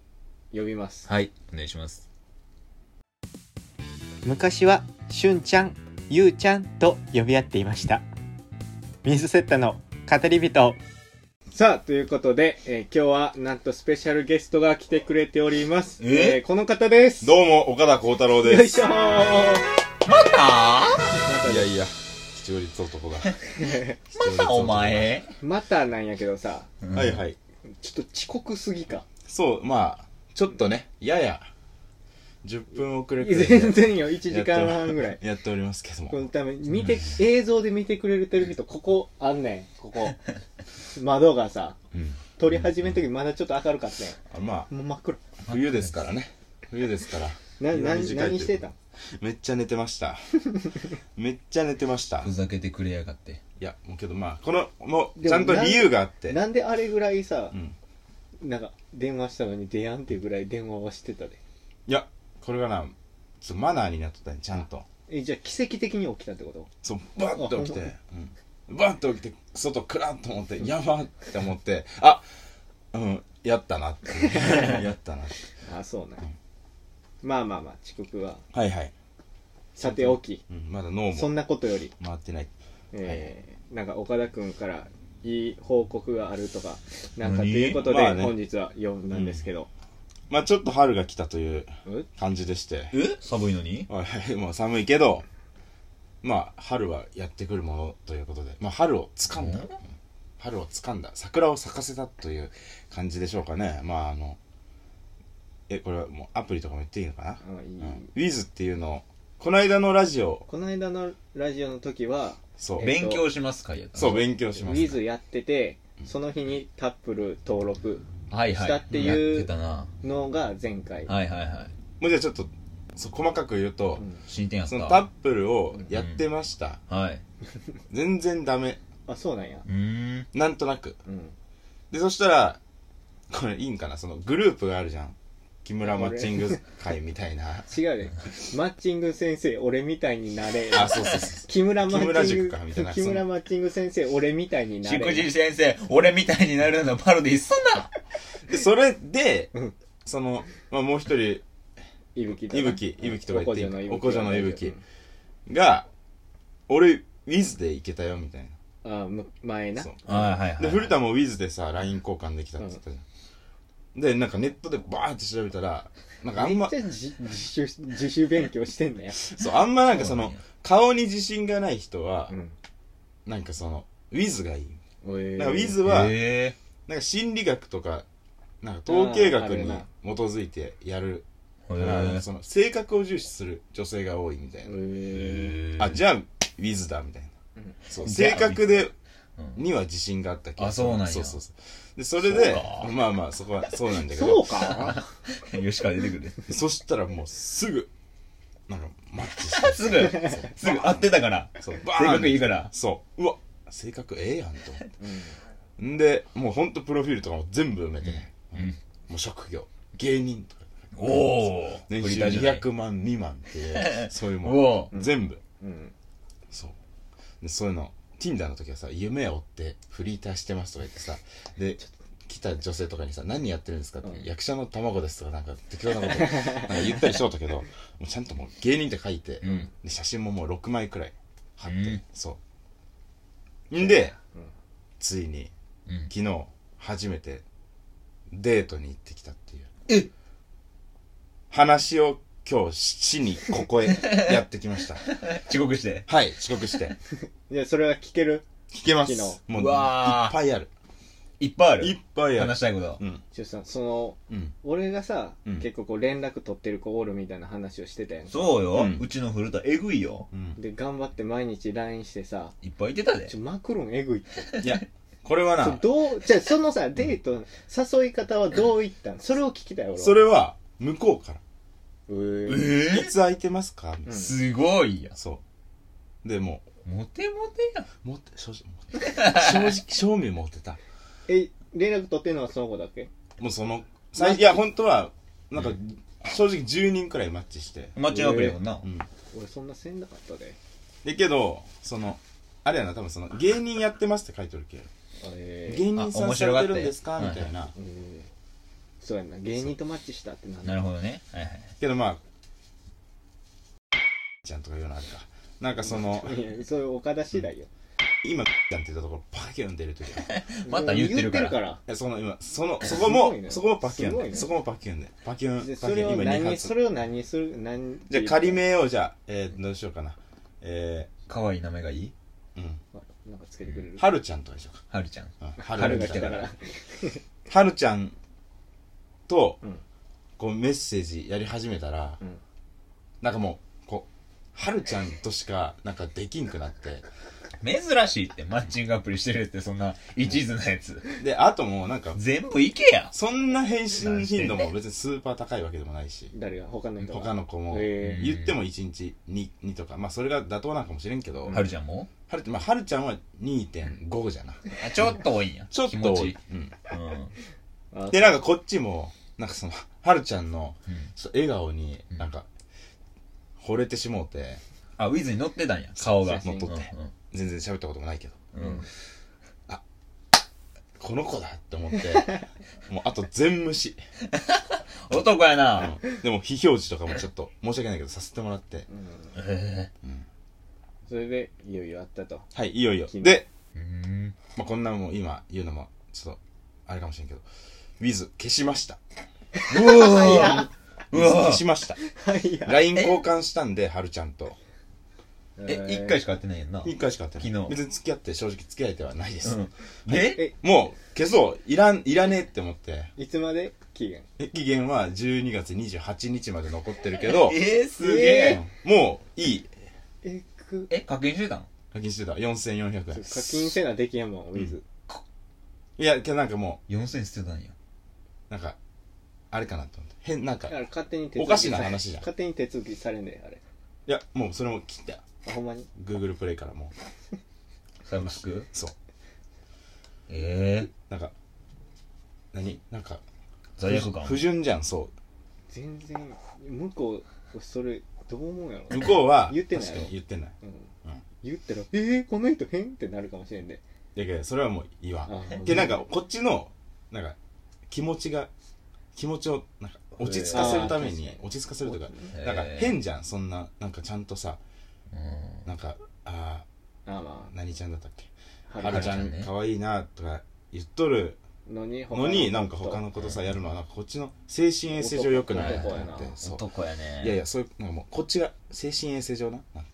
[SPEAKER 1] う、呼びます。
[SPEAKER 2] はい、お願いします。
[SPEAKER 3] 昔はしゅんちゃんゆうちゃんと呼び合っていました水セッタの語り人
[SPEAKER 1] さあ、ということで、えー今日はなんとスペシャルゲストが来てくれております。
[SPEAKER 4] え
[SPEAKER 1] ーこの方です。
[SPEAKER 4] どうも、岡田幸太郎
[SPEAKER 1] よ
[SPEAKER 4] で
[SPEAKER 1] いし
[SPEAKER 4] す。
[SPEAKER 1] ょー
[SPEAKER 2] あ
[SPEAKER 4] いやいや、視聴率男が。
[SPEAKER 2] *laughs* またお前。
[SPEAKER 1] またなんやけどさ、
[SPEAKER 4] はいはい。
[SPEAKER 1] ちょっと遅刻すぎか。
[SPEAKER 4] そう、まあ、ちょっとね、やや、10分遅れくらいで
[SPEAKER 1] 全然よ、1時間半ぐらい。
[SPEAKER 4] やっておりますけど
[SPEAKER 1] こ
[SPEAKER 4] も。
[SPEAKER 1] のため、見て、映像で見てくれてる人、ここあんねん、こ *laughs* こ。窓がさ、
[SPEAKER 4] うん
[SPEAKER 1] 撮り始めの時まだちょっと明るかったや
[SPEAKER 4] あま
[SPEAKER 1] ん。もう真っ暗。
[SPEAKER 4] あ、冬ですからね。冬ですから。
[SPEAKER 1] な、
[SPEAKER 4] 日
[SPEAKER 1] な、
[SPEAKER 4] が短
[SPEAKER 1] 何
[SPEAKER 4] いという
[SPEAKER 1] してたん
[SPEAKER 4] めっちゃ寝てました。めっちゃ寝てました。
[SPEAKER 2] ふざけてくれやがって。
[SPEAKER 4] いや、もうけどまあ、この、もう、
[SPEAKER 1] でも
[SPEAKER 4] ちゃんと理由があって。
[SPEAKER 1] なんであれぐらいさ
[SPEAKER 4] う、ん。
[SPEAKER 1] なんか、電話したのに出やんっていうぐらい電話はしてたで。
[SPEAKER 4] いや、これがな、ちょっとマナーになっとったんちゃんと。
[SPEAKER 1] え、じゃあ奇跡的に起きたってこと
[SPEAKER 4] そう、バッと起き
[SPEAKER 1] あ
[SPEAKER 4] て、うん、バッと起きて、外クラッと思って、やばって思って、あうん、やったなって。
[SPEAKER 1] *laughs*
[SPEAKER 4] やったなって。
[SPEAKER 1] あ、そうなんやまあまあまあ、遅刻は。
[SPEAKER 4] はいはい。
[SPEAKER 1] さておき。
[SPEAKER 4] うん、まだ脳
[SPEAKER 1] そ
[SPEAKER 4] も
[SPEAKER 1] んなことより、
[SPEAKER 4] 回ってない。
[SPEAKER 1] えー、なんか岡田君からいい報告があるとか、なんかと
[SPEAKER 2] 何
[SPEAKER 1] いうことで、
[SPEAKER 4] まあね
[SPEAKER 1] 本日は読んだんですけど。
[SPEAKER 4] まあちょっと春が来たという
[SPEAKER 1] うん
[SPEAKER 4] 感じでして。
[SPEAKER 2] え寒いのに
[SPEAKER 4] はいはい、もう寒いけど、まあ春はやってくるものということで、まあ春を掴んだ。
[SPEAKER 2] うん
[SPEAKER 4] 春を掴んだ。桜を咲かせたという感じでしょうかね。まああの、え、これはもうアプリとかも言っていいのかな
[SPEAKER 1] あいい
[SPEAKER 4] うん、Wiz っていうのをこの間のラジオ
[SPEAKER 1] この間のラジオの時は、
[SPEAKER 4] そう
[SPEAKER 1] え
[SPEAKER 2] 勉強しますかやった
[SPEAKER 4] そう勉強し
[SPEAKER 1] ウ
[SPEAKER 4] ま
[SPEAKER 1] ィ
[SPEAKER 4] す
[SPEAKER 1] ズやってて、その日にタップル登録
[SPEAKER 2] はいは
[SPEAKER 1] し
[SPEAKER 2] い。
[SPEAKER 1] たっていう
[SPEAKER 2] やってたな。
[SPEAKER 1] のが前回。
[SPEAKER 2] はいはいはい。
[SPEAKER 4] もうじゃあちょっとそう細かく言うと、
[SPEAKER 1] うん
[SPEAKER 2] 進展やっ
[SPEAKER 4] その
[SPEAKER 2] た。
[SPEAKER 4] タップルをやってました、
[SPEAKER 2] はい。
[SPEAKER 4] 全然ダメ
[SPEAKER 1] あ、そうなんや。
[SPEAKER 2] うーん。
[SPEAKER 4] なんとなく
[SPEAKER 1] うん。
[SPEAKER 4] でそしたらこれいいんかなそのグループがあるじゃん木村マッチング会みた
[SPEAKER 1] *laughs*
[SPEAKER 4] いな
[SPEAKER 1] 違う
[SPEAKER 4] *laughs*
[SPEAKER 1] で。マッチング先生、俺みたいになれ。
[SPEAKER 4] あそうそうそう
[SPEAKER 1] 木村マ
[SPEAKER 4] 木村
[SPEAKER 1] ッチン
[SPEAKER 4] 塾
[SPEAKER 1] グ
[SPEAKER 4] かみたい、な
[SPEAKER 1] 木村マッチング先生、俺みたいにな
[SPEAKER 2] しく
[SPEAKER 1] れ。
[SPEAKER 2] じ先生、俺みたいになるのパロディすんな
[SPEAKER 4] でそれで、
[SPEAKER 1] うん
[SPEAKER 4] その、まあ、もう一人
[SPEAKER 1] いぶきだ
[SPEAKER 4] い
[SPEAKER 1] な
[SPEAKER 4] ぶきいぶきとか言っていいの
[SPEAKER 1] お
[SPEAKER 4] お
[SPEAKER 1] こ
[SPEAKER 4] こ
[SPEAKER 1] じ
[SPEAKER 4] じ
[SPEAKER 1] ょ
[SPEAKER 4] ょ
[SPEAKER 1] の
[SPEAKER 4] の
[SPEAKER 1] い
[SPEAKER 4] い
[SPEAKER 1] ぶ
[SPEAKER 4] ぶ
[SPEAKER 1] き
[SPEAKER 4] きが俺 Wiz でいけたよみたい
[SPEAKER 1] あむ前な
[SPEAKER 4] なそう
[SPEAKER 2] はいはいはい。
[SPEAKER 4] で、古田も Wiz でさ、LINE 交換できたって言ったじゃん。で、なんかネットでバーって調べたら、なんかあん
[SPEAKER 1] めっ
[SPEAKER 4] ま
[SPEAKER 1] ち、ゃ自自主自主勉強してんだよ、
[SPEAKER 4] そう、あんまなんかそ
[SPEAKER 2] そう
[SPEAKER 4] の
[SPEAKER 2] なんや、
[SPEAKER 4] 顔に自信がない人は、
[SPEAKER 1] ん
[SPEAKER 4] なんかその、Wiz がいい。
[SPEAKER 1] え
[SPEAKER 4] なんか Wiz は、
[SPEAKER 2] え
[SPEAKER 4] なんか心理学とか、なんか統計
[SPEAKER 1] あーあ
[SPEAKER 4] 学
[SPEAKER 1] る
[SPEAKER 4] に
[SPEAKER 1] な
[SPEAKER 4] 基づいてやる
[SPEAKER 2] ー。
[SPEAKER 4] から、なん
[SPEAKER 2] へ
[SPEAKER 4] かその、性格を重視する女性が多いみたいな。
[SPEAKER 1] え
[SPEAKER 2] ー。
[SPEAKER 4] あ、じゃあ、Wiz だ、みたいな
[SPEAKER 1] うん。
[SPEAKER 4] そう、
[SPEAKER 2] じゃ
[SPEAKER 4] 性
[SPEAKER 2] あ
[SPEAKER 4] 格で、
[SPEAKER 2] うん
[SPEAKER 4] には自信があった気がする
[SPEAKER 2] あそうなんや
[SPEAKER 4] そうそうそう。で、それで
[SPEAKER 2] そうか、
[SPEAKER 4] まあまあ、そこは、そうなん *laughs* だけど。
[SPEAKER 1] そうか
[SPEAKER 2] 吉川出てく
[SPEAKER 4] *laughs*
[SPEAKER 2] る。
[SPEAKER 4] そしたらもうすぐ、なんか、マッチし
[SPEAKER 2] *laughs* すぐ、すぐ合ってたから。
[SPEAKER 4] て。そう、バ
[SPEAKER 2] *laughs* 性格いい
[SPEAKER 4] か
[SPEAKER 2] から。
[SPEAKER 4] そう。うわ、性格ええやんと思って。んで、もうほんとプロフィールとかも全部埋めてね。
[SPEAKER 2] んうん
[SPEAKER 4] もう職業、芸人とか。
[SPEAKER 2] おー。
[SPEAKER 4] 年
[SPEAKER 2] 栗
[SPEAKER 4] 収
[SPEAKER 2] 田じゃない
[SPEAKER 4] 200万未満っ
[SPEAKER 2] *laughs*
[SPEAKER 4] ていう、そういうもん。
[SPEAKER 2] おー。
[SPEAKER 4] 全部。
[SPEAKER 1] うん
[SPEAKER 4] そう。で、そういうの、Tinder の時はさ、夢を追ってフリーターしてますとか言ってさ、で、来た女性とかにさ、何やってるんですかって、
[SPEAKER 1] うん
[SPEAKER 4] 役者の卵ですとかなんか適当なこと、なんか言ったりしようとったけど、もうちゃんともう芸人って書いて、
[SPEAKER 2] うん。
[SPEAKER 4] で写真ももう6枚くらい貼って、
[SPEAKER 2] うん
[SPEAKER 4] そうで、んで
[SPEAKER 1] うん
[SPEAKER 4] ついに
[SPEAKER 2] うん。
[SPEAKER 4] 昨日初めてデートに行ってきたっていう
[SPEAKER 2] え
[SPEAKER 4] 話を今日しにここへやってきました
[SPEAKER 2] 遅刻して。
[SPEAKER 4] はい遅刻して
[SPEAKER 1] じゃあそれは聞ける
[SPEAKER 4] 聞けます
[SPEAKER 1] 昨日
[SPEAKER 4] もう
[SPEAKER 2] うわー
[SPEAKER 4] いっぱいある
[SPEAKER 2] いっぱいあ
[SPEAKER 4] いっ
[SPEAKER 2] る。
[SPEAKER 4] ぱいある
[SPEAKER 2] 話したいこと。
[SPEAKER 4] うん
[SPEAKER 1] ちょっとさその
[SPEAKER 4] うん
[SPEAKER 1] 俺がさ、
[SPEAKER 4] うん
[SPEAKER 1] 結構こう連絡取ってる子おるみたいな話をしてたやん
[SPEAKER 2] そうよ、
[SPEAKER 4] う
[SPEAKER 2] うんちの古田えぐいよ
[SPEAKER 4] うん
[SPEAKER 1] で頑張って毎日 LINE してさ
[SPEAKER 2] いっぱいいてたで
[SPEAKER 1] ちょマクロンえぐいって
[SPEAKER 4] いやこれは
[SPEAKER 1] それ
[SPEAKER 4] な
[SPEAKER 1] どうじゃあそのさデートの誘い方はどういったんそれを聞きたい俺は
[SPEAKER 4] それは向こうから
[SPEAKER 1] うー
[SPEAKER 4] 「いつ空いてますか?」みたい
[SPEAKER 1] うん
[SPEAKER 4] な
[SPEAKER 2] すごいや
[SPEAKER 4] そうでも
[SPEAKER 2] モテモテやん。
[SPEAKER 4] う持って正直持って正直 *laughs* 正味持ってた
[SPEAKER 1] え、連絡取ってんのはその子だけ
[SPEAKER 4] もうその最いや本当はなんか正直10人くらいマッチして、
[SPEAKER 2] マッチングアプリやもんな
[SPEAKER 4] う。ん、
[SPEAKER 1] 俺そんなせんなかったで。
[SPEAKER 4] でけどそのあれやな多分その芸人やってますって書いてるけ
[SPEAKER 1] えー
[SPEAKER 4] 芸人さんされてるんですか
[SPEAKER 2] あ面白が
[SPEAKER 4] み
[SPEAKER 2] って
[SPEAKER 4] たいな、
[SPEAKER 1] うんそうやんな。芸人とマッチしたってなんだ
[SPEAKER 2] なるほどね。はいはい。
[SPEAKER 4] けどまあちゃんとかいうのあるかなんかその
[SPEAKER 1] いや、それ岡田次第よ。
[SPEAKER 4] 今ちゃんって言ったところパケ読んでる時ある
[SPEAKER 2] また言ってるから
[SPEAKER 4] いやその今そのそこ
[SPEAKER 1] す
[SPEAKER 4] も
[SPEAKER 1] ごいね
[SPEAKER 4] そこもパキュン
[SPEAKER 1] すごい
[SPEAKER 4] で、
[SPEAKER 1] ね
[SPEAKER 4] そこもパキュンでパキュン
[SPEAKER 1] で
[SPEAKER 4] パ
[SPEAKER 1] そ
[SPEAKER 4] キ
[SPEAKER 1] れ
[SPEAKER 4] ュン
[SPEAKER 1] を
[SPEAKER 4] 今2
[SPEAKER 1] 何、
[SPEAKER 4] 発
[SPEAKER 1] それを何にする、何。
[SPEAKER 4] じゃあ仮。名をじゃあ、えー、どうしようかなえ
[SPEAKER 2] 可愛い名前がいい
[SPEAKER 4] ー、うん
[SPEAKER 1] なんかつけてくれる。
[SPEAKER 4] はるちゃんとかでしょうか
[SPEAKER 2] はるちゃん。
[SPEAKER 4] うん
[SPEAKER 1] 春が
[SPEAKER 4] ちゃ
[SPEAKER 1] 来
[SPEAKER 4] ん
[SPEAKER 1] たから。
[SPEAKER 4] はるちゃんと、
[SPEAKER 1] うん
[SPEAKER 4] こうメッセージやり始めたら、
[SPEAKER 1] うん
[SPEAKER 4] なんかもうこうはるちゃんとしかなんかできんくなって
[SPEAKER 2] 珍しいって、マッチングアプリしてるって、そんな一途なやつ。
[SPEAKER 4] であともうなんか
[SPEAKER 2] 全部いけや
[SPEAKER 4] そんな返信頻度も別にスーパー高いわけでもないし
[SPEAKER 1] 誰が他の人が
[SPEAKER 4] 他の子も
[SPEAKER 1] へ
[SPEAKER 2] ー
[SPEAKER 4] 言っても1日 2, 2とかまあそれが妥当なんかもしれんけど、
[SPEAKER 2] はるちゃんも
[SPEAKER 4] はるまあ、はるちゃんは2.5じゃな
[SPEAKER 2] あちょっと多いんや。
[SPEAKER 4] ちょっ
[SPEAKER 2] 気持
[SPEAKER 4] と多
[SPEAKER 2] ちい
[SPEAKER 4] い
[SPEAKER 2] い。、
[SPEAKER 4] うん、
[SPEAKER 2] うん。
[SPEAKER 1] あ
[SPEAKER 4] でなんかこっちもなんかそのはるちゃんの
[SPEAKER 2] うん
[SPEAKER 4] そう笑顔に
[SPEAKER 2] うん
[SPEAKER 4] なんか惚れてしもうて
[SPEAKER 2] あ、ウィズに乗ってたんや、顔が。
[SPEAKER 4] そうそう乗っとって
[SPEAKER 2] う
[SPEAKER 4] 全然喋ったこともないけど
[SPEAKER 2] んうん。うん
[SPEAKER 4] この子だって思って
[SPEAKER 2] *laughs*
[SPEAKER 4] もうあと全無視、
[SPEAKER 2] 男やな。
[SPEAKER 4] うんでも非表示とかもちょっと申し訳ないけどさせてもらって、
[SPEAKER 1] うん
[SPEAKER 2] へ
[SPEAKER 4] うん
[SPEAKER 1] それで、いよいよあったと。
[SPEAKER 4] はいいいよいいよ
[SPEAKER 1] 君
[SPEAKER 4] で、
[SPEAKER 2] えうん。
[SPEAKER 4] まあ、こんなもう今言うのもちょっとあれかもしれんけどウィズ消しました
[SPEAKER 2] うわぁう
[SPEAKER 4] Wiz
[SPEAKER 2] わ
[SPEAKER 4] 消
[SPEAKER 2] ぁ
[SPEAKER 4] し
[SPEAKER 2] *laughs*
[SPEAKER 4] ました
[SPEAKER 1] はいや。
[SPEAKER 4] LINE 交換したんではるちゃんと
[SPEAKER 2] え、一回しか会ってないやんな。
[SPEAKER 4] 1回しか会ってない
[SPEAKER 2] 昨日
[SPEAKER 4] 別に付き合って正直付き合えてはないです、
[SPEAKER 2] うん。で、、
[SPEAKER 1] え、
[SPEAKER 4] もう消そういらんいらねえって思って
[SPEAKER 1] いつまで期限
[SPEAKER 4] え期限は12月28日まで残ってるけど
[SPEAKER 2] *laughs* えー、すげえ。
[SPEAKER 4] もういい。
[SPEAKER 1] え、く、
[SPEAKER 2] え、課金してたん
[SPEAKER 4] 課金してた。4400
[SPEAKER 1] 課
[SPEAKER 4] 円。
[SPEAKER 1] 金せなできへんもん、ウィズ。
[SPEAKER 4] いや、けどなんかも
[SPEAKER 2] ?4000 捨てたんや。
[SPEAKER 4] う、なんか、あれかなと思って。変、なんか、
[SPEAKER 1] だか
[SPEAKER 4] い
[SPEAKER 1] ら勝手に手
[SPEAKER 4] おかしな話じゃん
[SPEAKER 1] 勝手に手続きされんで、あれ。
[SPEAKER 4] や、もうそれも切った。
[SPEAKER 1] あ、ほんまに。
[SPEAKER 4] Google プレイからもう。
[SPEAKER 2] サブスク
[SPEAKER 4] そう。
[SPEAKER 2] ええ。
[SPEAKER 4] なんか、何なんか、
[SPEAKER 2] 罪悪感。
[SPEAKER 4] 不純じゃん、そ
[SPEAKER 1] 全然、向こう、それ、どう思うんやろ
[SPEAKER 4] う。向こうは、
[SPEAKER 1] 言ってない
[SPEAKER 4] 確かに言ってない。
[SPEAKER 1] うん
[SPEAKER 4] うん
[SPEAKER 1] 言ったら、えー、この人変ってなるかもしれんで。
[SPEAKER 4] だけど、それはもう言わん。
[SPEAKER 1] あ
[SPEAKER 4] けどなんか、こっちの、なんか、気持ちが、気持ちを、なんか、落ち着かせるために
[SPEAKER 1] えーあー確、かに
[SPEAKER 4] 落ち着かせるというか、
[SPEAKER 2] えー
[SPEAKER 4] なんか変じゃん、そんな、なんかちゃんとさ、
[SPEAKER 2] うん
[SPEAKER 4] なんか、あ
[SPEAKER 1] あ
[SPEAKER 4] あ
[SPEAKER 1] ま、
[SPEAKER 4] 何ちゃんだったっけ
[SPEAKER 1] あ、
[SPEAKER 4] は
[SPEAKER 1] 春
[SPEAKER 4] るちゃ
[SPEAKER 2] はる
[SPEAKER 4] ん
[SPEAKER 2] ちゃんね
[SPEAKER 4] 可愛いなとか言っとる
[SPEAKER 1] のに、
[SPEAKER 4] のに、なんか他のことさ、やるのは、なんかこっちの精神衛生上良くないなと思って
[SPEAKER 1] 男や。な
[SPEAKER 4] そう
[SPEAKER 2] 男やね。
[SPEAKER 4] いやいや、そういう、なんかもう、こっちが精神衛生上な。なんか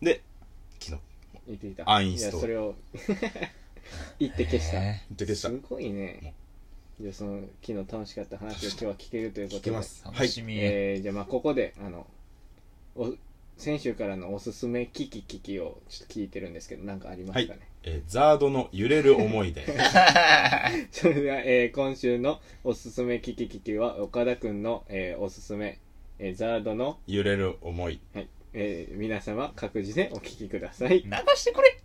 [SPEAKER 4] で、昨日、
[SPEAKER 1] 言っていた。
[SPEAKER 4] アンインスト
[SPEAKER 1] いや、それ
[SPEAKER 4] *laughs*
[SPEAKER 1] を、言って消した。
[SPEAKER 2] え
[SPEAKER 4] 言ってきた
[SPEAKER 1] す。ごいね。じゃあその昨日楽しかった話を今日は聞けるということで。
[SPEAKER 4] 聞けます
[SPEAKER 2] ー。楽しみ。
[SPEAKER 1] えー、じゃあまあここであのお先週からのおすすめキキキキをちょっと聞いてるんですけど何かありますかね。
[SPEAKER 4] えーザードの揺れる思い
[SPEAKER 5] *laughs*
[SPEAKER 4] で。
[SPEAKER 1] それでは、えー今週のおすすめキキキキは岡田くんの、えーおすすめ、えーザードの、
[SPEAKER 4] 揺れる思い。
[SPEAKER 1] はいえー皆様各自でお聞きください。
[SPEAKER 2] 流してくれ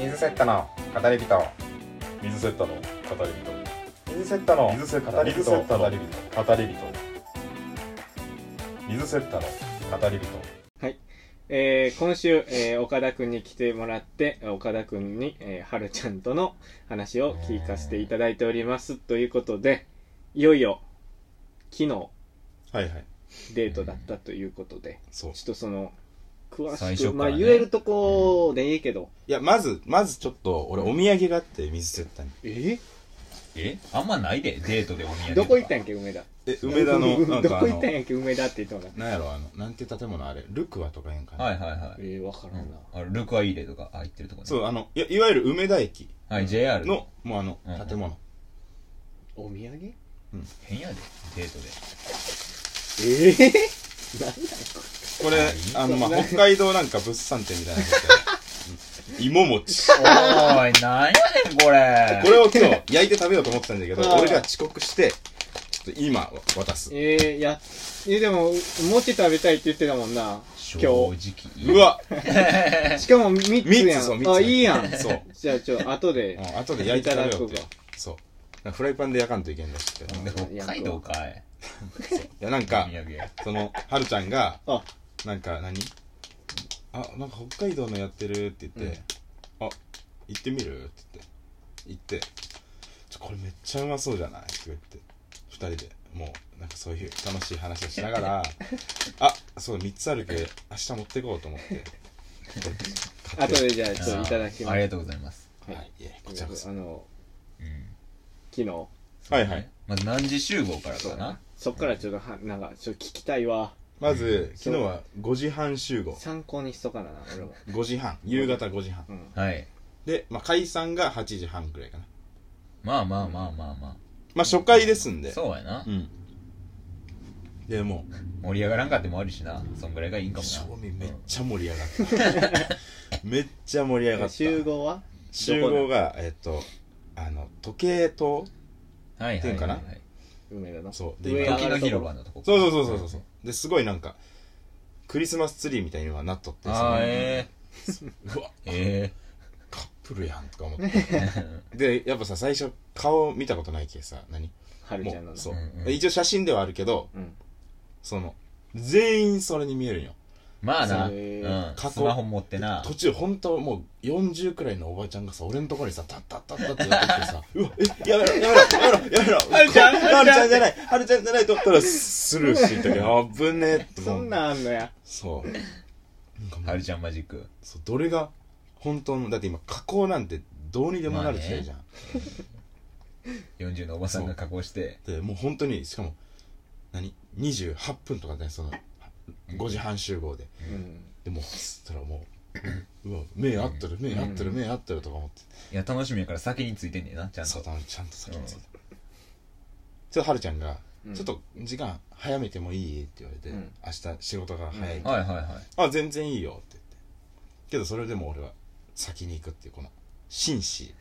[SPEAKER 5] 水セットの語り人
[SPEAKER 4] 水セットの語り
[SPEAKER 5] 水セットの
[SPEAKER 4] セ
[SPEAKER 5] 語り人語り
[SPEAKER 4] 人。語り人。水セットの語り人。
[SPEAKER 1] えー今週、えー岡田くんに来てもらって岡田くんに、えー、はるちゃんとの話を聞かせていただいておりますということでいよいよ昨日
[SPEAKER 4] はいはい。
[SPEAKER 1] デートだったということで、
[SPEAKER 4] そう。
[SPEAKER 1] ちょっとその詳
[SPEAKER 2] 最
[SPEAKER 1] しく、
[SPEAKER 2] 初か
[SPEAKER 1] まあ
[SPEAKER 2] らね
[SPEAKER 1] 言えるとこでいいけど、
[SPEAKER 4] いや、まず、まずちょっと、俺、お土産があって、水セットに。
[SPEAKER 1] え
[SPEAKER 2] えあんまないで、デートでお土産。
[SPEAKER 1] どこ行ったんやっけ梅田
[SPEAKER 4] え、梅田の、
[SPEAKER 5] *laughs*
[SPEAKER 4] な
[SPEAKER 1] *laughs*
[SPEAKER 4] ん
[SPEAKER 1] ど
[SPEAKER 4] かあ
[SPEAKER 1] こ行っ
[SPEAKER 4] の
[SPEAKER 1] たん、やっけ梅田って言ったのが
[SPEAKER 4] なんやろ、あの、なんて建物あれ、ルクアとか言うんかな。
[SPEAKER 2] はいはいはい。
[SPEAKER 1] えー、わからんな、
[SPEAKER 2] あルクアイーレとか、あ、行ってるとこね。
[SPEAKER 4] そう、あの、いやいわゆる梅田駅
[SPEAKER 2] はい、JR
[SPEAKER 4] の、もうあの
[SPEAKER 2] うん、
[SPEAKER 4] 建物。
[SPEAKER 1] お土産
[SPEAKER 2] 変やで、デートで。
[SPEAKER 1] ええ
[SPEAKER 4] これ、あの、まあ、北海道なんか物産展みたいなのや
[SPEAKER 1] *laughs*
[SPEAKER 4] つでうん芋餅。
[SPEAKER 2] おーい、なんやねん、これ。
[SPEAKER 4] これを今日焼いて食べようと思ってたんだけど、
[SPEAKER 1] あー
[SPEAKER 4] 俺が遅刻して、ちょっょっと今渡す
[SPEAKER 1] えー、いや、え、でも、餅食べたいって言ってたもんな。
[SPEAKER 2] 正
[SPEAKER 1] 今
[SPEAKER 2] 直
[SPEAKER 4] うわ
[SPEAKER 1] しかも3つ
[SPEAKER 4] 3
[SPEAKER 1] や。
[SPEAKER 4] つそうん3つ
[SPEAKER 1] あ、いいやん。
[SPEAKER 4] そう
[SPEAKER 1] じゃあ、ちょ、後で。
[SPEAKER 4] あとで焼いてあげようっ
[SPEAKER 1] いた
[SPEAKER 4] て
[SPEAKER 1] だく
[SPEAKER 4] そうフライパンで焼かんといけんだしってい
[SPEAKER 2] 北海道かい
[SPEAKER 4] やなん
[SPEAKER 2] お
[SPEAKER 4] か
[SPEAKER 2] 土産や
[SPEAKER 4] そのはるちゃんが
[SPEAKER 1] あ、
[SPEAKER 4] なんか何あなんか北海道のやってるって言って、あ行ってみるって言って行ってちょこれめっちゃうまそうじゃないって言って2人でもうなんかそういう楽しい話をしなが *laughs* らあそう3つあるけど明日持ってこうと思って買っ
[SPEAKER 1] 後
[SPEAKER 4] て
[SPEAKER 1] でじゃあ、ちょ、いただきます。
[SPEAKER 2] ありがとうございます
[SPEAKER 4] はいいえこちらこそ
[SPEAKER 1] あの、
[SPEAKER 2] うん
[SPEAKER 1] 昨日、
[SPEAKER 4] はいはい
[SPEAKER 2] まあ何時集合からかな
[SPEAKER 1] そっからちょっとは、なんか、ちょっと聞きたいわ。
[SPEAKER 4] まず昨日は5時半集合
[SPEAKER 1] 参考にしとかな、俺も。
[SPEAKER 4] 5時半夕方5時半
[SPEAKER 1] うん。
[SPEAKER 2] はい
[SPEAKER 4] で、まあ、解散が8時半くらいかな
[SPEAKER 2] まあまあまあまあま
[SPEAKER 4] まあ初回ですん
[SPEAKER 2] あ
[SPEAKER 4] で
[SPEAKER 2] そうやな
[SPEAKER 4] うんでもう
[SPEAKER 2] 盛り上がらんかってもあるしなそんぐらいがいいんかも
[SPEAKER 4] 正
[SPEAKER 2] な
[SPEAKER 4] 味めっちゃ盛り上がった *laughs* めっちゃ盛り上がった
[SPEAKER 1] 集合は
[SPEAKER 4] 集合がえっとあの時計塔
[SPEAKER 2] はいはい
[SPEAKER 4] っていう
[SPEAKER 2] は
[SPEAKER 4] か
[SPEAKER 2] い
[SPEAKER 4] な
[SPEAKER 2] はい
[SPEAKER 1] 梅田の。
[SPEAKER 4] そうで
[SPEAKER 1] 上
[SPEAKER 4] 今
[SPEAKER 1] 上がるとこ
[SPEAKER 2] 時の広場
[SPEAKER 1] ろ。
[SPEAKER 2] のとこ
[SPEAKER 4] そうそうそうそうそうですごいなんかクリスマスツリーみたいにはなっとって
[SPEAKER 2] ああ
[SPEAKER 4] その
[SPEAKER 2] え
[SPEAKER 4] うわ
[SPEAKER 2] ええ
[SPEAKER 4] カップルやんとか思ってでやっぱさ最初顔見たことないけさ何
[SPEAKER 1] はる
[SPEAKER 4] も
[SPEAKER 1] ちゃんの
[SPEAKER 4] う
[SPEAKER 1] ね。
[SPEAKER 4] そう、
[SPEAKER 2] うんうん
[SPEAKER 4] 一応写真ではあるけど
[SPEAKER 1] うん。
[SPEAKER 4] その全員それに見えるんよ
[SPEAKER 2] *laughs* まあな
[SPEAKER 1] そうえ
[SPEAKER 2] うん
[SPEAKER 4] 過去
[SPEAKER 2] スマホ持ってな
[SPEAKER 4] 途中本当もう40くらいのおばちゃんがさ俺のところにさタッタッタッタってやってきてさ *laughs* うわえやめろやめろやめろやめろはるちゃんはるちゃんじゃないはるちゃんじゃないと思ったらスルーしていったけどあぶねえって
[SPEAKER 1] そ
[SPEAKER 4] 思うん
[SPEAKER 1] なんあんのや。
[SPEAKER 4] そうなんかも
[SPEAKER 2] は
[SPEAKER 4] う
[SPEAKER 2] るちゃんマジック
[SPEAKER 4] そうどれが本当のだって今加工なんてどうにでもなる時代じゃん、
[SPEAKER 2] 40のおばさんが加工して
[SPEAKER 4] でもう本当にしかも何28分とかねその5時半集合で
[SPEAKER 1] うん。
[SPEAKER 4] でもうそしたらもううわ目合ってる目合ってる目合ってるとか思って
[SPEAKER 2] いや楽しみやから先についてんねんなちゃん
[SPEAKER 4] そ
[SPEAKER 2] と
[SPEAKER 4] うだちゃんと先に着い
[SPEAKER 2] うん
[SPEAKER 4] たちょっとはるちゃんが、
[SPEAKER 1] うん
[SPEAKER 4] ちょっと時間早めてもいい?」って言われて、
[SPEAKER 1] うん
[SPEAKER 4] 明日仕事が早い、
[SPEAKER 1] うん
[SPEAKER 2] はいはいはい
[SPEAKER 4] あ全然いいよ」って言ってけどそれでも俺は先に行くっていうこの
[SPEAKER 1] *laughs*
[SPEAKER 4] 紳士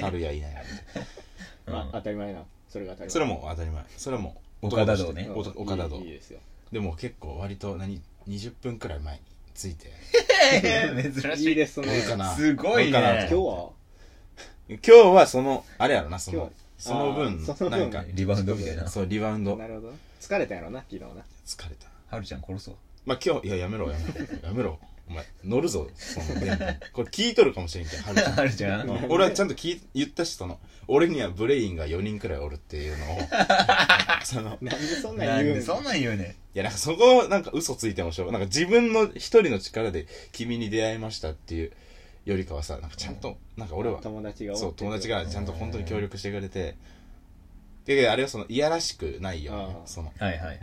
[SPEAKER 4] たるやいないやみたい
[SPEAKER 1] ま
[SPEAKER 2] う
[SPEAKER 1] あ
[SPEAKER 2] ん、
[SPEAKER 1] 当たり前な。それが当たり前。
[SPEAKER 4] なそれはもう当たり前それはもう
[SPEAKER 2] 岡田道ね
[SPEAKER 1] うん、
[SPEAKER 4] お岡田道
[SPEAKER 1] いいいいですよ。
[SPEAKER 4] でも結構割と何20分くらい前に着いて
[SPEAKER 2] *laughs* 珍
[SPEAKER 1] い
[SPEAKER 2] し
[SPEAKER 1] い
[SPEAKER 2] い
[SPEAKER 1] です
[SPEAKER 4] 乗るか
[SPEAKER 1] ね。
[SPEAKER 4] な
[SPEAKER 2] すごいね
[SPEAKER 4] 乗るかな
[SPEAKER 1] 今日は
[SPEAKER 4] 今日はそのあれやろなそ
[SPEAKER 1] 今
[SPEAKER 4] の
[SPEAKER 1] 日
[SPEAKER 4] その分
[SPEAKER 1] あーその分
[SPEAKER 4] なんか
[SPEAKER 2] リバウンドみたいな
[SPEAKER 4] そうリバウンド
[SPEAKER 1] なるほどな。疲れたやろな、昨日な。
[SPEAKER 4] 疲れた
[SPEAKER 2] はるちゃん殺そう
[SPEAKER 4] まあ今日、いや、やめろ、やめろ、やめろ。お前、乗るぞ、その電波。これ聞いとるかもしれんけど、は
[SPEAKER 1] *laughs*
[SPEAKER 4] るちゃん。
[SPEAKER 2] はるちゃん
[SPEAKER 4] うん俺はちゃんと聞い言ったし、その、俺にはブレインが4人くらいおるってい
[SPEAKER 1] *laughs*
[SPEAKER 4] うのを、その、い
[SPEAKER 1] なんでそんなん
[SPEAKER 2] *laughs* なん
[SPEAKER 1] 言う
[SPEAKER 2] で
[SPEAKER 1] ん
[SPEAKER 2] そんなん言うね
[SPEAKER 4] や、なんかそこをなんか嘘ついてもしょうがなんか自分の一人の力で君に出会いましたっていうよりかはさ、なんかちゃんと、なんか俺は、
[SPEAKER 1] 友達がおって
[SPEAKER 4] そう、友達がちゃんと本当に協力してくれて、で、あれはその、いやらしくないよね
[SPEAKER 1] あ、ー
[SPEAKER 4] その。
[SPEAKER 2] んはいはいはい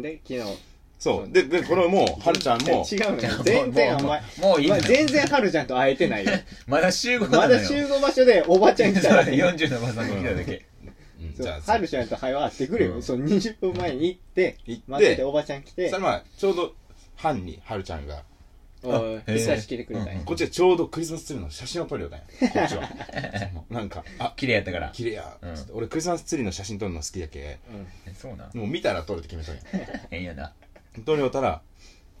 [SPEAKER 1] で昨日
[SPEAKER 4] そう、で、で、これもう、はるちゃん
[SPEAKER 1] *laughs*
[SPEAKER 4] も、
[SPEAKER 1] 違うの
[SPEAKER 2] じゃあ
[SPEAKER 1] よ
[SPEAKER 2] もう
[SPEAKER 1] 全然お前
[SPEAKER 2] もうもういい
[SPEAKER 1] お
[SPEAKER 2] の
[SPEAKER 1] 前
[SPEAKER 2] よ
[SPEAKER 1] 全然はるちゃんと会えてないよ
[SPEAKER 2] まだ集合
[SPEAKER 1] ま
[SPEAKER 2] なのよ
[SPEAKER 1] だ集合場所でおばちゃん来た
[SPEAKER 2] *laughs*
[SPEAKER 1] ら
[SPEAKER 2] 40のおばさんが来ただけ
[SPEAKER 4] うん
[SPEAKER 1] そう
[SPEAKER 4] じゃあ、
[SPEAKER 1] はるちゃんと会話してくれ
[SPEAKER 2] う
[SPEAKER 1] よ
[SPEAKER 2] ん
[SPEAKER 1] その20分前に行って
[SPEAKER 4] 行って
[SPEAKER 1] 待ってておばちゃん来て
[SPEAKER 4] それまあちょうど班にはるちゃんが
[SPEAKER 1] おい
[SPEAKER 2] へえ
[SPEAKER 1] 久し来てくれたん
[SPEAKER 2] うんう
[SPEAKER 1] や
[SPEAKER 2] ん
[SPEAKER 4] こっちはちょうどクリスマスツリーの写真を撮るよねこっちはそうなんかあ
[SPEAKER 2] 綺麗やったから
[SPEAKER 4] 綺麗や、
[SPEAKER 2] うん
[SPEAKER 4] つって俺クリスマスツリーの写真撮るの好きやけ
[SPEAKER 1] うん
[SPEAKER 2] そうなん
[SPEAKER 4] もう見たら撮るって決めたんや
[SPEAKER 2] 変やな
[SPEAKER 4] 撮りよったら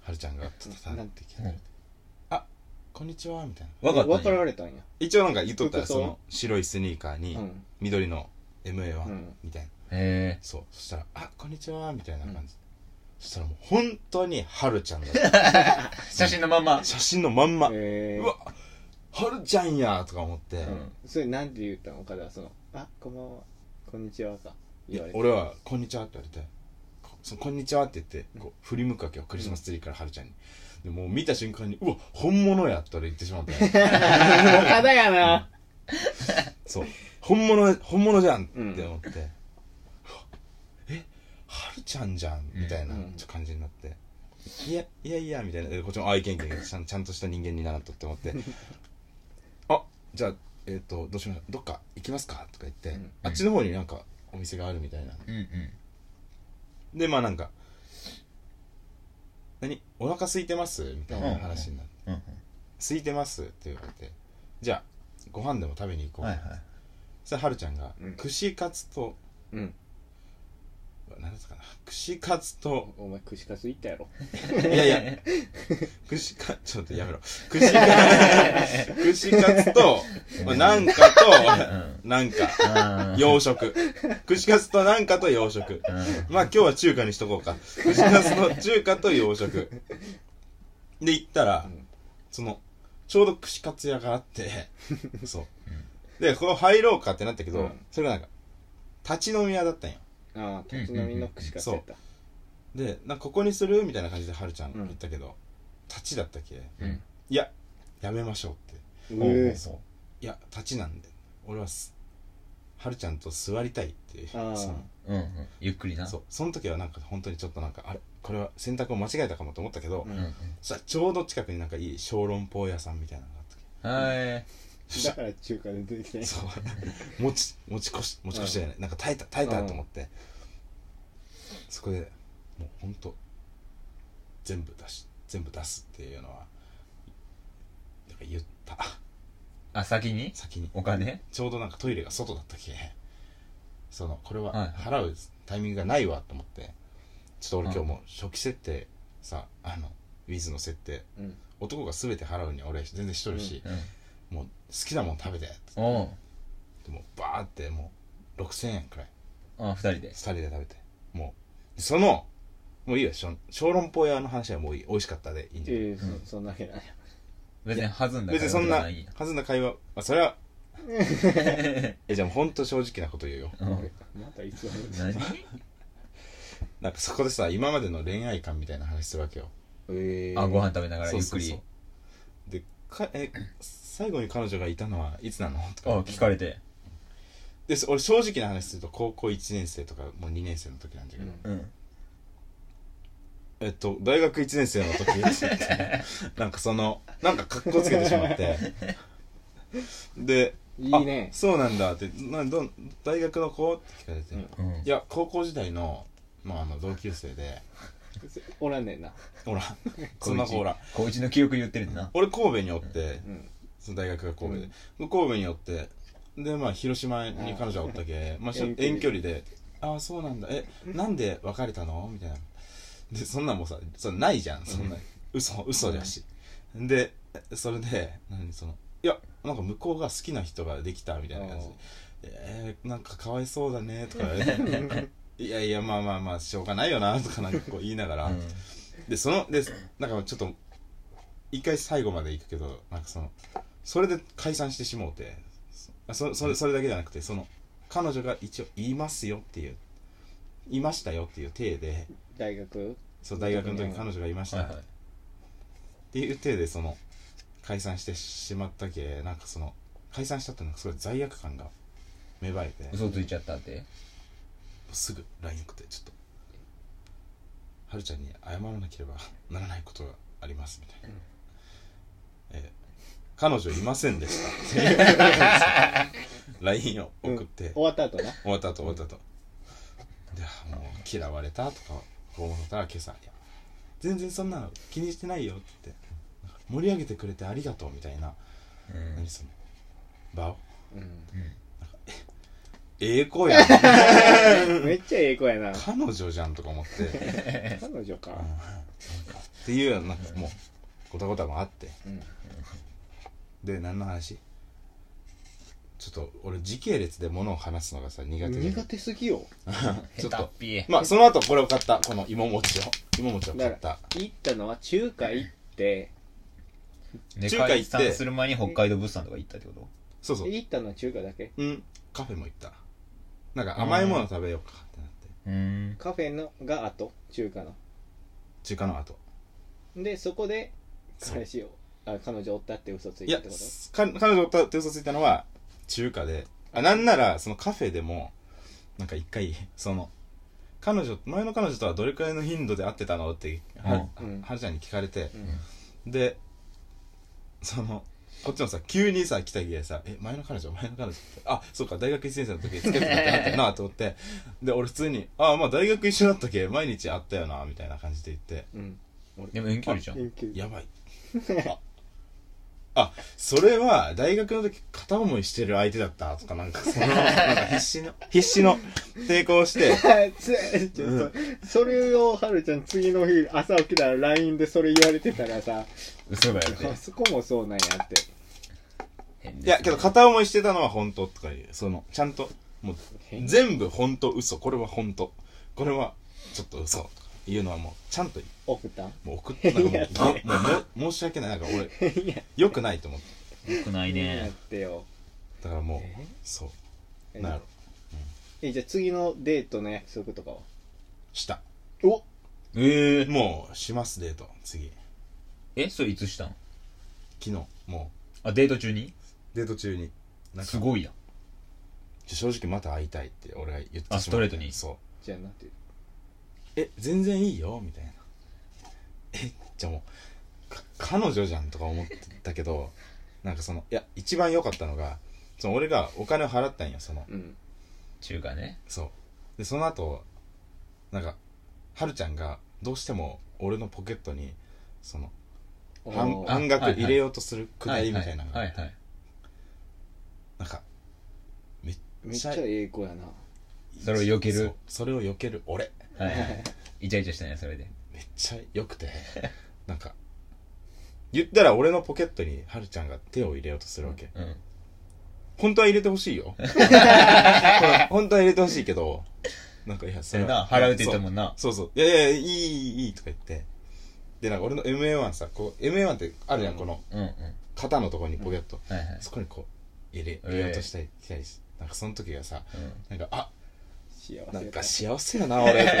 [SPEAKER 4] はるちゃんがタタタ
[SPEAKER 1] な
[SPEAKER 4] っ
[SPEAKER 1] ん
[SPEAKER 4] て来て
[SPEAKER 2] うん
[SPEAKER 4] 「あこんにちは」みたいな
[SPEAKER 2] わかったんや
[SPEAKER 1] かられたんや
[SPEAKER 4] 一応なんか言っとったら
[SPEAKER 1] 服装
[SPEAKER 4] その白いスニーカーに
[SPEAKER 1] うん
[SPEAKER 4] 緑の
[SPEAKER 1] う
[SPEAKER 4] MA1
[SPEAKER 1] ん
[SPEAKER 4] みたいな、
[SPEAKER 2] へえ
[SPEAKER 4] そうそしたら「あこんにちは」みたいな感じ、そしたらもう本当にはるちゃんだった
[SPEAKER 2] 写真のまんま
[SPEAKER 4] 写真のまんま、
[SPEAKER 1] え
[SPEAKER 4] う
[SPEAKER 1] ー
[SPEAKER 4] わはるちゃんやとか思って、
[SPEAKER 2] うん
[SPEAKER 1] それなんて言ったの岡田はそのあこんばんはこんにちはか言われて
[SPEAKER 4] 俺は「こんにちは」って言われてこ「そのこんにちは」って言ってこう振り向くわけよクリスマスツリーからはるちゃんにでもう見た瞬間に「うわ本物や」って俺言ってしまって
[SPEAKER 1] *laughs* 岡田やな
[SPEAKER 4] そう本物本物じゃんって
[SPEAKER 1] うん
[SPEAKER 4] 思って「うわえはるちゃんじゃん」みたいな
[SPEAKER 1] うん
[SPEAKER 4] ちょ感じになって「いやいやいや」みたいなでこっちも愛犬犬ちゃんちゃんとした人間にならんとって思って「あじゃあえっ、とどうしましょうどっか行きますか」とか言って、
[SPEAKER 1] うん
[SPEAKER 4] あっちの方になんかお店があるみたいな
[SPEAKER 2] うんうん
[SPEAKER 4] でまあなんか「何お腹空いてます?」みたいな話になって
[SPEAKER 2] うんうん
[SPEAKER 4] 「空いてます?」って言われて「じゃあご飯でも食べに行こう」
[SPEAKER 2] はいはい
[SPEAKER 4] そしたらはるちゃんが、
[SPEAKER 1] うん
[SPEAKER 4] 串カツと
[SPEAKER 1] うん
[SPEAKER 4] 何ですかな串カツ
[SPEAKER 1] *laughs*
[SPEAKER 4] と
[SPEAKER 1] お前串カツ行ったやろ
[SPEAKER 4] いやい
[SPEAKER 2] *laughs*
[SPEAKER 4] や串カ
[SPEAKER 1] *laughs*
[SPEAKER 4] ツちょっとやめろ串カツ *laughs* 串カツと、まあ、なんかとなんか
[SPEAKER 2] うん
[SPEAKER 4] 洋食串カツとなんかと洋食まあ今日は中華にしとこうか。串カツの中華と洋食。で行ったら、
[SPEAKER 1] うん
[SPEAKER 4] その、ちょうど串カツ屋が
[SPEAKER 1] *laughs*
[SPEAKER 4] あって、そう。で、ここ入ろうかってなったけど、
[SPEAKER 1] うん
[SPEAKER 4] それがなんか、立ち飲み屋だったんよ。
[SPEAKER 1] ああ立ち飲みの串カツやった
[SPEAKER 4] で、なんかここにするみたいな感じではるちゃん
[SPEAKER 1] うん
[SPEAKER 4] 言ったけど、立ちだったっけ、
[SPEAKER 2] うん
[SPEAKER 4] いや、やめましょうって。
[SPEAKER 1] う
[SPEAKER 4] う
[SPEAKER 1] え
[SPEAKER 4] んそういや、立ちなんで、俺はす、はるちゃんと座りたいっていう。
[SPEAKER 1] ああ
[SPEAKER 4] その
[SPEAKER 2] うんうんゆっくりな
[SPEAKER 4] そうその時はなんか本当にちょっとなんかあれこれは選択を間違えたかもと思ったけど、
[SPEAKER 1] う
[SPEAKER 2] うんんうん
[SPEAKER 4] そしたらちょうど近くになんかいい小籠包屋さんみたいなのがあった
[SPEAKER 2] はい
[SPEAKER 1] *laughs* だから中華で出てきたんや
[SPEAKER 4] そう *laughs* 持ち持ち越し持ち越しじゃないなんか耐えた耐えたと思ってそこでもうほんと全部出し全部出すっていうのはなんか言った
[SPEAKER 2] あ先に
[SPEAKER 4] 先に
[SPEAKER 2] お金
[SPEAKER 4] ちょうどなんかトイレが外だったけそのこれは
[SPEAKER 2] はい
[SPEAKER 4] 払うタイミングがないわと思ってちょっと俺今日もう初期設定さあのウィズの設定
[SPEAKER 1] うん
[SPEAKER 4] 男が全て払うには俺全然しとるし、
[SPEAKER 2] うん
[SPEAKER 4] もう好きなもん食べて
[SPEAKER 2] おう
[SPEAKER 4] でもうバーってもう6000円くらい
[SPEAKER 2] あ二人で
[SPEAKER 4] 2人で食べてもうそのもういいよしょ小籠包屋の話はもういい美味しかったでいいんじゃない
[SPEAKER 1] ええそそんなわけない
[SPEAKER 2] 別に弾んだ
[SPEAKER 4] 別にそん
[SPEAKER 2] 会話じゃ
[SPEAKER 4] ない
[SPEAKER 2] んや
[SPEAKER 4] はずな会話、まあ、それはえじゃあもうほんと正直なこと言うよ
[SPEAKER 2] うん
[SPEAKER 1] またい *laughs* つも
[SPEAKER 2] *laughs* 何
[SPEAKER 4] *laughs* なんかそこでさ今までの恋愛観みたいな話するわけよ
[SPEAKER 1] ええ
[SPEAKER 2] あご飯食べながら
[SPEAKER 4] そ
[SPEAKER 2] ゆ
[SPEAKER 4] う
[SPEAKER 2] っく
[SPEAKER 4] そうそう
[SPEAKER 2] り
[SPEAKER 4] でかえ最後に彼女がいたのはいつなのと
[SPEAKER 2] あ
[SPEAKER 4] か
[SPEAKER 2] 聞かれて
[SPEAKER 4] でそ俺正直な話すると高校1年生とかもう2年生の時なんだけど、
[SPEAKER 1] うん
[SPEAKER 2] うん
[SPEAKER 4] えっと大学1年生の時なんかそのなんか格好つけてしまってで
[SPEAKER 1] いいね
[SPEAKER 4] あそうなんだってなどん大学の子って聞かれて、
[SPEAKER 1] うん
[SPEAKER 4] い
[SPEAKER 2] うん
[SPEAKER 4] や高校時代の,、まあ、あの同級
[SPEAKER 1] *laughs*
[SPEAKER 4] 生で
[SPEAKER 1] おらんねんな
[SPEAKER 4] ほらそんな子おらん
[SPEAKER 2] 高一の記憶言ってるんだな
[SPEAKER 4] 俺神戸におって
[SPEAKER 1] うん
[SPEAKER 4] その大学が神戸で、神戸におってでまあ広島に彼女がおったけ、まあ、しょ
[SPEAKER 1] 遠距離
[SPEAKER 4] 遠距離で「ああそうなんだえなんで別れたの?」みたいなでそんなんもうさそれないじゃんそんな、嘘嘘だし、でそれで何そのいやなんか向こうが好きな人ができたみたいな感じで「えー、なんかかわいそうだね」とか言われてな
[SPEAKER 2] *laughs*
[SPEAKER 4] んかいやいやまあまあまあしょうがないよな」とかなんかこう言いながら、
[SPEAKER 2] うん
[SPEAKER 4] でそのでなんかちょっと一回最後まで行くけどなんかそのそれで解散してしもうてあそそれそれだけじゃなくてその彼女が一応言いますよっていういましたよっていう体で
[SPEAKER 1] 大学
[SPEAKER 4] そう大学の時彼女がいました
[SPEAKER 2] は
[SPEAKER 4] っ
[SPEAKER 2] いはい
[SPEAKER 4] ていう体でその解散してしまったけなんかその解散したってなんかすごい罪悪感が芽生えて
[SPEAKER 2] 嘘ついちゃったって
[SPEAKER 4] すぐ LINE 送ってちょっとはるちゃんに謝らなければならないことがありますみたいな、えー彼女いませんでしたっていう
[SPEAKER 2] *laughs*
[SPEAKER 4] LINE を送って、
[SPEAKER 1] 終わった後な
[SPEAKER 4] 終わったと終わったと、であもう嫌われたとか思ったら今朝いや全然そんなの気にしてないよって言って盛り上げてくれてありがとうみたいな、
[SPEAKER 2] うん
[SPEAKER 4] 何その場を
[SPEAKER 1] うん
[SPEAKER 4] ええ子やん
[SPEAKER 1] めっちゃええ子やな
[SPEAKER 4] 彼女じゃんとか思って
[SPEAKER 1] 彼女か
[SPEAKER 4] っていうようななんかもうごたごたもあって
[SPEAKER 1] うん
[SPEAKER 4] で何の話ちょっと俺時系列で物を話すのがさ苦手で
[SPEAKER 1] 苦手すぎよ
[SPEAKER 4] ちょっ
[SPEAKER 2] 下手っ
[SPEAKER 4] と
[SPEAKER 2] ぴー
[SPEAKER 4] まあその後これを買ったこの芋餅を芋餅を買った
[SPEAKER 1] 行ったのは中華行って
[SPEAKER 2] で
[SPEAKER 4] 中華
[SPEAKER 2] 解
[SPEAKER 4] 行って
[SPEAKER 2] 散する前に北海道物産とか行ったってこと
[SPEAKER 4] そうそう
[SPEAKER 1] 行ったのは中華だけ
[SPEAKER 4] うんカフェも行ったなんか甘いもの食べようかってなって
[SPEAKER 2] うん
[SPEAKER 1] カフェのが後中華の
[SPEAKER 4] 中華の後
[SPEAKER 1] でそこで彼氏をあ彼女おったって嘘つい
[SPEAKER 4] い
[SPEAKER 1] たっ
[SPEAKER 4] や
[SPEAKER 1] てこと
[SPEAKER 4] か彼女と手嘘ついたのは中華であなんならそのカフェでもなんか一回その彼女前の彼女とはどれくらいの頻度で会ってたのっては,、
[SPEAKER 1] うん
[SPEAKER 4] はるちゃんに聞かれて
[SPEAKER 1] う、
[SPEAKER 4] でそのこっちもさ急にさ来たきでさ「え前の彼女前の彼女」ってあそうか大学1年生の時付き合ってたってなったよなと思ってで俺普通に「あまあ大学一緒だったけ毎日会ったよな」みたいな感じで言って
[SPEAKER 1] うん
[SPEAKER 2] でも遠距離じゃん
[SPEAKER 1] 遠距
[SPEAKER 4] 「
[SPEAKER 1] 離
[SPEAKER 4] やばい」ああそれは大学の時片思いしてる相手だったとかなんかそのなんか必死の必死の抵抗して
[SPEAKER 1] つちょっとそれをはるちゃん次の日朝起きたら LINE でそれ言われてたらさ
[SPEAKER 4] 嘘だよって
[SPEAKER 1] あそこもそうなんやって
[SPEAKER 2] 変です
[SPEAKER 4] いやけど片思いしてたのは本当とかいうそのちゃんともう
[SPEAKER 1] 変
[SPEAKER 4] 全部本当嘘これは本当これはちょっと嘘とかいうのはもうちゃんと
[SPEAKER 1] 送ったん
[SPEAKER 4] もう送っ
[SPEAKER 1] *laughs*
[SPEAKER 4] てなんかもうもうもう申し訳ないなんか俺
[SPEAKER 1] 変や
[SPEAKER 4] 良くないと思って
[SPEAKER 2] よくない
[SPEAKER 1] 変やっ
[SPEAKER 2] ね。
[SPEAKER 1] てよ
[SPEAKER 4] だからもう
[SPEAKER 1] え
[SPEAKER 4] そう
[SPEAKER 1] え
[SPEAKER 4] なる
[SPEAKER 1] えじゃあ次のデートの約束とかは
[SPEAKER 4] した
[SPEAKER 1] お
[SPEAKER 2] ええ。
[SPEAKER 4] もうしますデート次
[SPEAKER 2] え、それいつしたん
[SPEAKER 4] 昨日も
[SPEAKER 2] あ、デート中に
[SPEAKER 4] うデート中になんか
[SPEAKER 2] すごいやん。
[SPEAKER 4] 正直また会いたいって俺が言ってしま
[SPEAKER 2] あストレートに
[SPEAKER 4] そう
[SPEAKER 1] じゃあなんて
[SPEAKER 4] え全然いいよみたいなえじゃあもうか彼女じゃんとか思ってたけどなんかそのいや一番良かったのがその俺がお金を払ったんよその
[SPEAKER 1] うん
[SPEAKER 2] 中華ね。
[SPEAKER 4] そうでその後なんかはるちゃんがどうしても俺のポケットにその半
[SPEAKER 1] おー
[SPEAKER 4] 半額入れようとするくらいみたいなのが
[SPEAKER 2] はいはい。
[SPEAKER 4] なんか
[SPEAKER 1] めっちゃええ子やな
[SPEAKER 2] それを避ける
[SPEAKER 4] そうそれを避ける俺
[SPEAKER 2] はいはい。イチャイチャしたね、それで。
[SPEAKER 4] めっちゃ良くてなんか言ったら俺のポケットにはるちゃんが手を入れようとするわけ、
[SPEAKER 2] うん。
[SPEAKER 4] 本当は入れてほしいよ
[SPEAKER 2] *laughs*
[SPEAKER 4] これ本当は入れてほしいけどなんかいやそ
[SPEAKER 2] それな、払うって言ったもんな。
[SPEAKER 4] そうそうそういやいやいいいいいいとか言ってでなんか俺の MA1 さこう MA1 ってあるじゃん、この
[SPEAKER 2] うんうん。
[SPEAKER 4] 肩のところにポケット、
[SPEAKER 2] はいはい。
[SPEAKER 4] そこにこう入れ入れようとしたり来たりしなんかその時がさなんかあ
[SPEAKER 1] 幸せ
[SPEAKER 4] なん
[SPEAKER 1] *laughs*
[SPEAKER 4] か幸せやな、俺、と思って。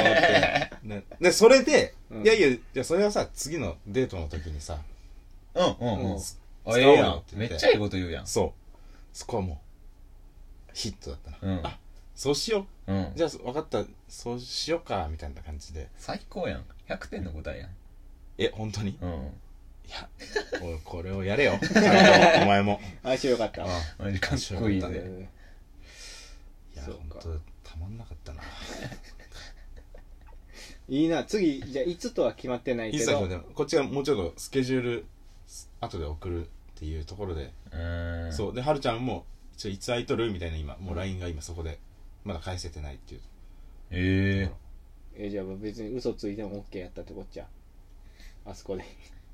[SPEAKER 4] ねで、それで、
[SPEAKER 1] うん
[SPEAKER 4] いやいや、いや、それはさ、次のデートの時にさ、
[SPEAKER 2] うんうんうん。あ、
[SPEAKER 4] 使
[SPEAKER 2] え
[SPEAKER 4] おう
[SPEAKER 2] え
[SPEAKER 4] よ
[SPEAKER 2] やん
[SPEAKER 4] っ。て
[SPEAKER 2] め
[SPEAKER 4] 言って
[SPEAKER 2] っちゃええこと言うやん。
[SPEAKER 4] そう。そこはもう、ヒットだったな。
[SPEAKER 2] うん。
[SPEAKER 4] そうしよ
[SPEAKER 2] うん
[SPEAKER 4] う。。じゃあ、分かった、そうしようか、みたいな感じで。
[SPEAKER 2] 最高やん。100点の答えやん。
[SPEAKER 4] え、本当にい
[SPEAKER 2] うん。
[SPEAKER 4] や、おいこれをやれよ。ちゃんとお前も。
[SPEAKER 1] 相性よかっ
[SPEAKER 4] う
[SPEAKER 1] た
[SPEAKER 4] ん
[SPEAKER 2] マジかっこいい
[SPEAKER 4] 面白かった
[SPEAKER 2] ね。
[SPEAKER 1] え
[SPEAKER 4] いや、
[SPEAKER 1] そう
[SPEAKER 4] 本
[SPEAKER 1] か
[SPEAKER 4] 当たまんなかったな。
[SPEAKER 1] ーいいな次じゃあいつとは決まってない
[SPEAKER 4] い
[SPEAKER 1] け
[SPEAKER 4] さ
[SPEAKER 1] ど
[SPEAKER 4] でも、こっちはもうちょっとスケジュール、後で送るっていうところで、
[SPEAKER 2] うーん。
[SPEAKER 4] そうではるちゃんも一応いつ空いとるみたいな今もう LINE が今そこでまだ返せてないっていう
[SPEAKER 2] え
[SPEAKER 1] えじゃあ別に嘘ついても OK やったってこっちゃあそ
[SPEAKER 4] *laughs*
[SPEAKER 1] こで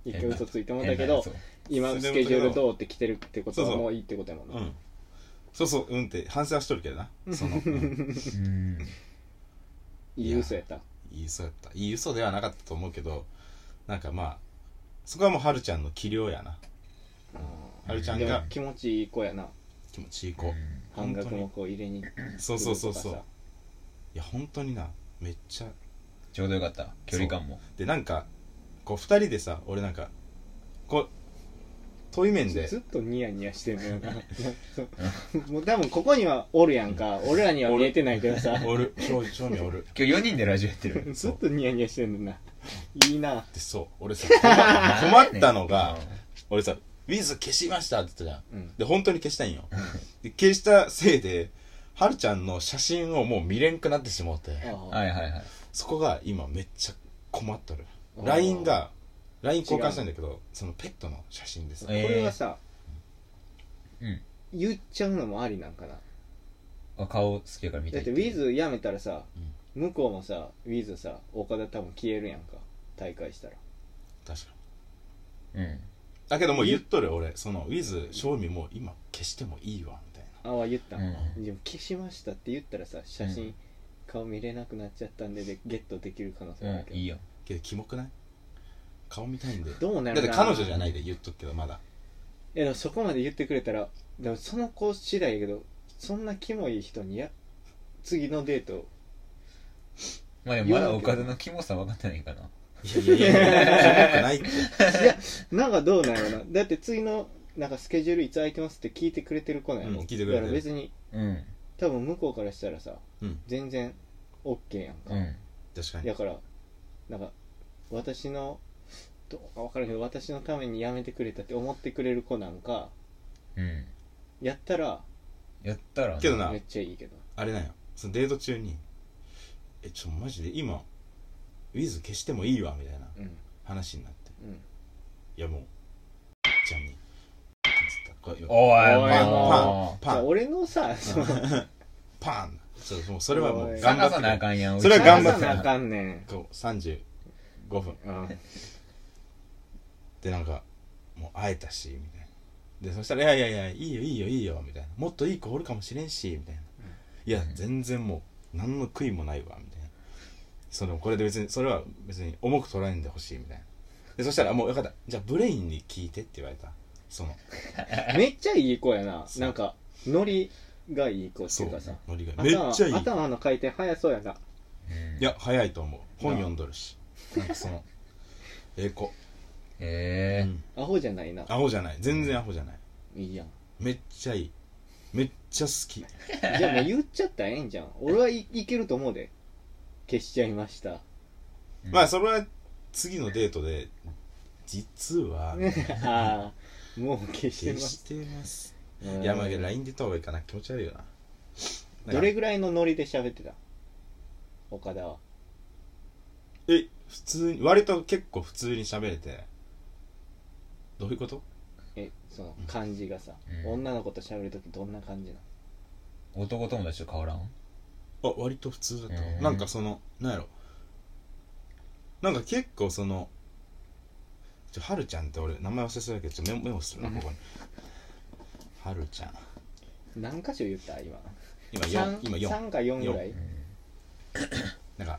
[SPEAKER 1] 一回
[SPEAKER 2] 変な
[SPEAKER 1] 嘘ついて
[SPEAKER 2] え
[SPEAKER 1] も
[SPEAKER 2] ー。
[SPEAKER 1] だけど
[SPEAKER 2] そう
[SPEAKER 1] 今スケジュール通って来てるってこと
[SPEAKER 4] そう
[SPEAKER 1] は
[SPEAKER 4] そう
[SPEAKER 1] もういいってことやもんな
[SPEAKER 4] うんそうそううんって反省はしとるけどなその、うん、
[SPEAKER 2] うん。
[SPEAKER 1] いい嘘やった
[SPEAKER 4] いい嘘やったいい嘘ではなかったと思うけどなんかまあそこはもうはるちゃんの器量やなはるちゃん
[SPEAKER 1] でも
[SPEAKER 4] が
[SPEAKER 1] 気持ちいい子やな
[SPEAKER 4] 気持ちいい子、
[SPEAKER 1] 半
[SPEAKER 4] 本当に
[SPEAKER 1] 額もこう入れに来る
[SPEAKER 4] そうそうそうそう
[SPEAKER 1] と
[SPEAKER 4] い
[SPEAKER 1] か
[SPEAKER 4] や本当になめっちゃ
[SPEAKER 2] ちょうどよかった。距離感も。
[SPEAKER 4] でなんかこう二人でさ俺なんかこう遠い面
[SPEAKER 1] さ
[SPEAKER 4] で
[SPEAKER 1] ずっとニヤニヤしてんのよ
[SPEAKER 4] *laughs*
[SPEAKER 1] な *laughs* もう多分ここにはおるやんか俺らには見えてないけどさ
[SPEAKER 4] おる正正味おる
[SPEAKER 2] 今日4人でラジオやって
[SPEAKER 1] *laughs*
[SPEAKER 2] る。*laughs*
[SPEAKER 1] ずっとニヤニヤしてんのないいな
[SPEAKER 4] でそう俺さ *laughs* 困ったのが、
[SPEAKER 2] うん
[SPEAKER 4] 俺さ「ウィズ消しました」って言ったじゃん、
[SPEAKER 1] うん
[SPEAKER 4] で本当に消したいんよで消したせいではるちゃんの写真をもう見れんくなってしもうて
[SPEAKER 2] はいはいはい。
[SPEAKER 4] そこが今めっちゃ困っとる
[SPEAKER 1] あー
[SPEAKER 4] LINE が LINE 交換したんだけどそのペットの写真です
[SPEAKER 2] え
[SPEAKER 1] これはさ、
[SPEAKER 2] うん
[SPEAKER 1] 言っちゃうのもありなんかな
[SPEAKER 2] あ顔好きやから見た
[SPEAKER 1] だ
[SPEAKER 2] い
[SPEAKER 1] って
[SPEAKER 2] 言
[SPEAKER 1] ウ
[SPEAKER 2] う
[SPEAKER 1] ィズやめたらさ、向こうもさウィズさ岡田多分消えるやんか大会したら
[SPEAKER 4] 確かに
[SPEAKER 2] うん。
[SPEAKER 4] だけどもう言っとる俺そのウィズ正味もう今消してもいいわみたいな
[SPEAKER 1] ああ言った、
[SPEAKER 2] うん
[SPEAKER 1] でも消しましたって言ったらさ写真、
[SPEAKER 2] うん
[SPEAKER 1] 顔見れなくなっちゃったんででゲットできる可能性ある
[SPEAKER 2] うん、
[SPEAKER 1] けど、
[SPEAKER 2] いいよ。
[SPEAKER 4] けどキモくない顔見たいんでだ
[SPEAKER 1] どうな
[SPEAKER 4] っ
[SPEAKER 1] る
[SPEAKER 4] て
[SPEAKER 1] な
[SPEAKER 4] 彼女じゃないで言っとくけどまだ
[SPEAKER 1] いやでもそこまで言ってくれたらでもその子次第やけどそんなキモい人にや次のデー
[SPEAKER 4] *laughs*
[SPEAKER 1] ト
[SPEAKER 2] まあでもまだ岡田のキモさ分かってないんかな。
[SPEAKER 4] いやいやいやキモくないって
[SPEAKER 1] なんかどうなんやろなだって次のなんかスケジュールいつ空いてますって聞いてくれてる子なんやろ、
[SPEAKER 4] うん聞いてくれてる
[SPEAKER 1] だから別に
[SPEAKER 2] うん。
[SPEAKER 1] 多分向こうからしたらさ、
[SPEAKER 4] うん
[SPEAKER 1] 全然 OK やんか、
[SPEAKER 2] うん。
[SPEAKER 4] 確かに
[SPEAKER 1] だからなんか私のどうか分からんけど私のためにやめてくれたって思ってくれる子なんか
[SPEAKER 2] うん。
[SPEAKER 1] やったら
[SPEAKER 2] やったら、
[SPEAKER 4] けどな
[SPEAKER 1] めっちゃいいけど
[SPEAKER 4] あれなんよそのデート中に「えちょマジで今ウィズ消してもいいわ」みたいな
[SPEAKER 1] うん
[SPEAKER 4] 話になって
[SPEAKER 1] うん
[SPEAKER 4] いやもうちゃんにこ
[SPEAKER 2] お
[SPEAKER 4] う
[SPEAKER 1] お
[SPEAKER 2] い、
[SPEAKER 1] い
[SPEAKER 2] も、
[SPEAKER 4] パ
[SPEAKER 1] じゃあ
[SPEAKER 4] ン
[SPEAKER 1] 俺のさその
[SPEAKER 4] パンそうもうそれはも
[SPEAKER 1] お
[SPEAKER 4] う
[SPEAKER 1] いう
[SPEAKER 4] 頑
[SPEAKER 2] 頑張
[SPEAKER 4] 張って
[SPEAKER 2] さなあかんやん。
[SPEAKER 4] それは *laughs* 頑張っ
[SPEAKER 1] 探
[SPEAKER 4] て
[SPEAKER 1] さなあかんねん
[SPEAKER 4] こう35分
[SPEAKER 1] うん
[SPEAKER 4] でなんかもう会えたしみたいなでそしたら「いやいやいやいいよいいよいいよ」みたいな「もっといい子おるかもしれんし」みたいな「いや全然もう何の悔いもないわ」みたいなそのこれで別にそれは別に重く捉えんでほしいみたいなでそしたら「もうよかったじゃあブレインに聞いて」って言われたその
[SPEAKER 1] めっちゃいい子やな
[SPEAKER 4] そう
[SPEAKER 1] なんかノリがいい子って
[SPEAKER 4] そ
[SPEAKER 1] いうか
[SPEAKER 4] う
[SPEAKER 1] さ
[SPEAKER 4] ノリが
[SPEAKER 1] 頭
[SPEAKER 4] めっちゃいいい
[SPEAKER 1] 頭の回転速そうやな
[SPEAKER 4] や早いと思う本読んどるしなんかそのええ子
[SPEAKER 2] へ
[SPEAKER 4] うん
[SPEAKER 1] アホじゃないな
[SPEAKER 4] アホじゃない全然アホじゃない
[SPEAKER 1] いいやん
[SPEAKER 4] めっちゃいいめっちゃ好き
[SPEAKER 1] じゃあもう言っちゃったらええんじゃん俺はい、いけると思うで消しちゃいました
[SPEAKER 2] うん
[SPEAKER 4] まあそれは次のデートで実は
[SPEAKER 1] ああもう消して
[SPEAKER 4] 消
[SPEAKER 1] ま
[SPEAKER 4] し
[SPEAKER 1] す
[SPEAKER 4] てます
[SPEAKER 1] うん
[SPEAKER 4] いやまあ LINE 出た方がいいかな気持ち悪いよな
[SPEAKER 1] どれぐらいのノリで喋ってた岡田は
[SPEAKER 4] え普通に割と結構普通に喋れてどういうこと
[SPEAKER 1] えその感じがさ、
[SPEAKER 2] うん
[SPEAKER 1] 女の子と喋るときどんな感じなの
[SPEAKER 2] え。男友達と変わらん
[SPEAKER 4] あ割と普通だったわ
[SPEAKER 2] うん
[SPEAKER 4] なんかそのなんやろなんか結構そのちょはるちゃんって俺名前忘れそうだけどちょメモメモするなここにはるちゃん
[SPEAKER 1] 何箇所言った今
[SPEAKER 4] 今
[SPEAKER 1] 三
[SPEAKER 4] 4今4
[SPEAKER 1] 三か4ぐらい
[SPEAKER 4] なんか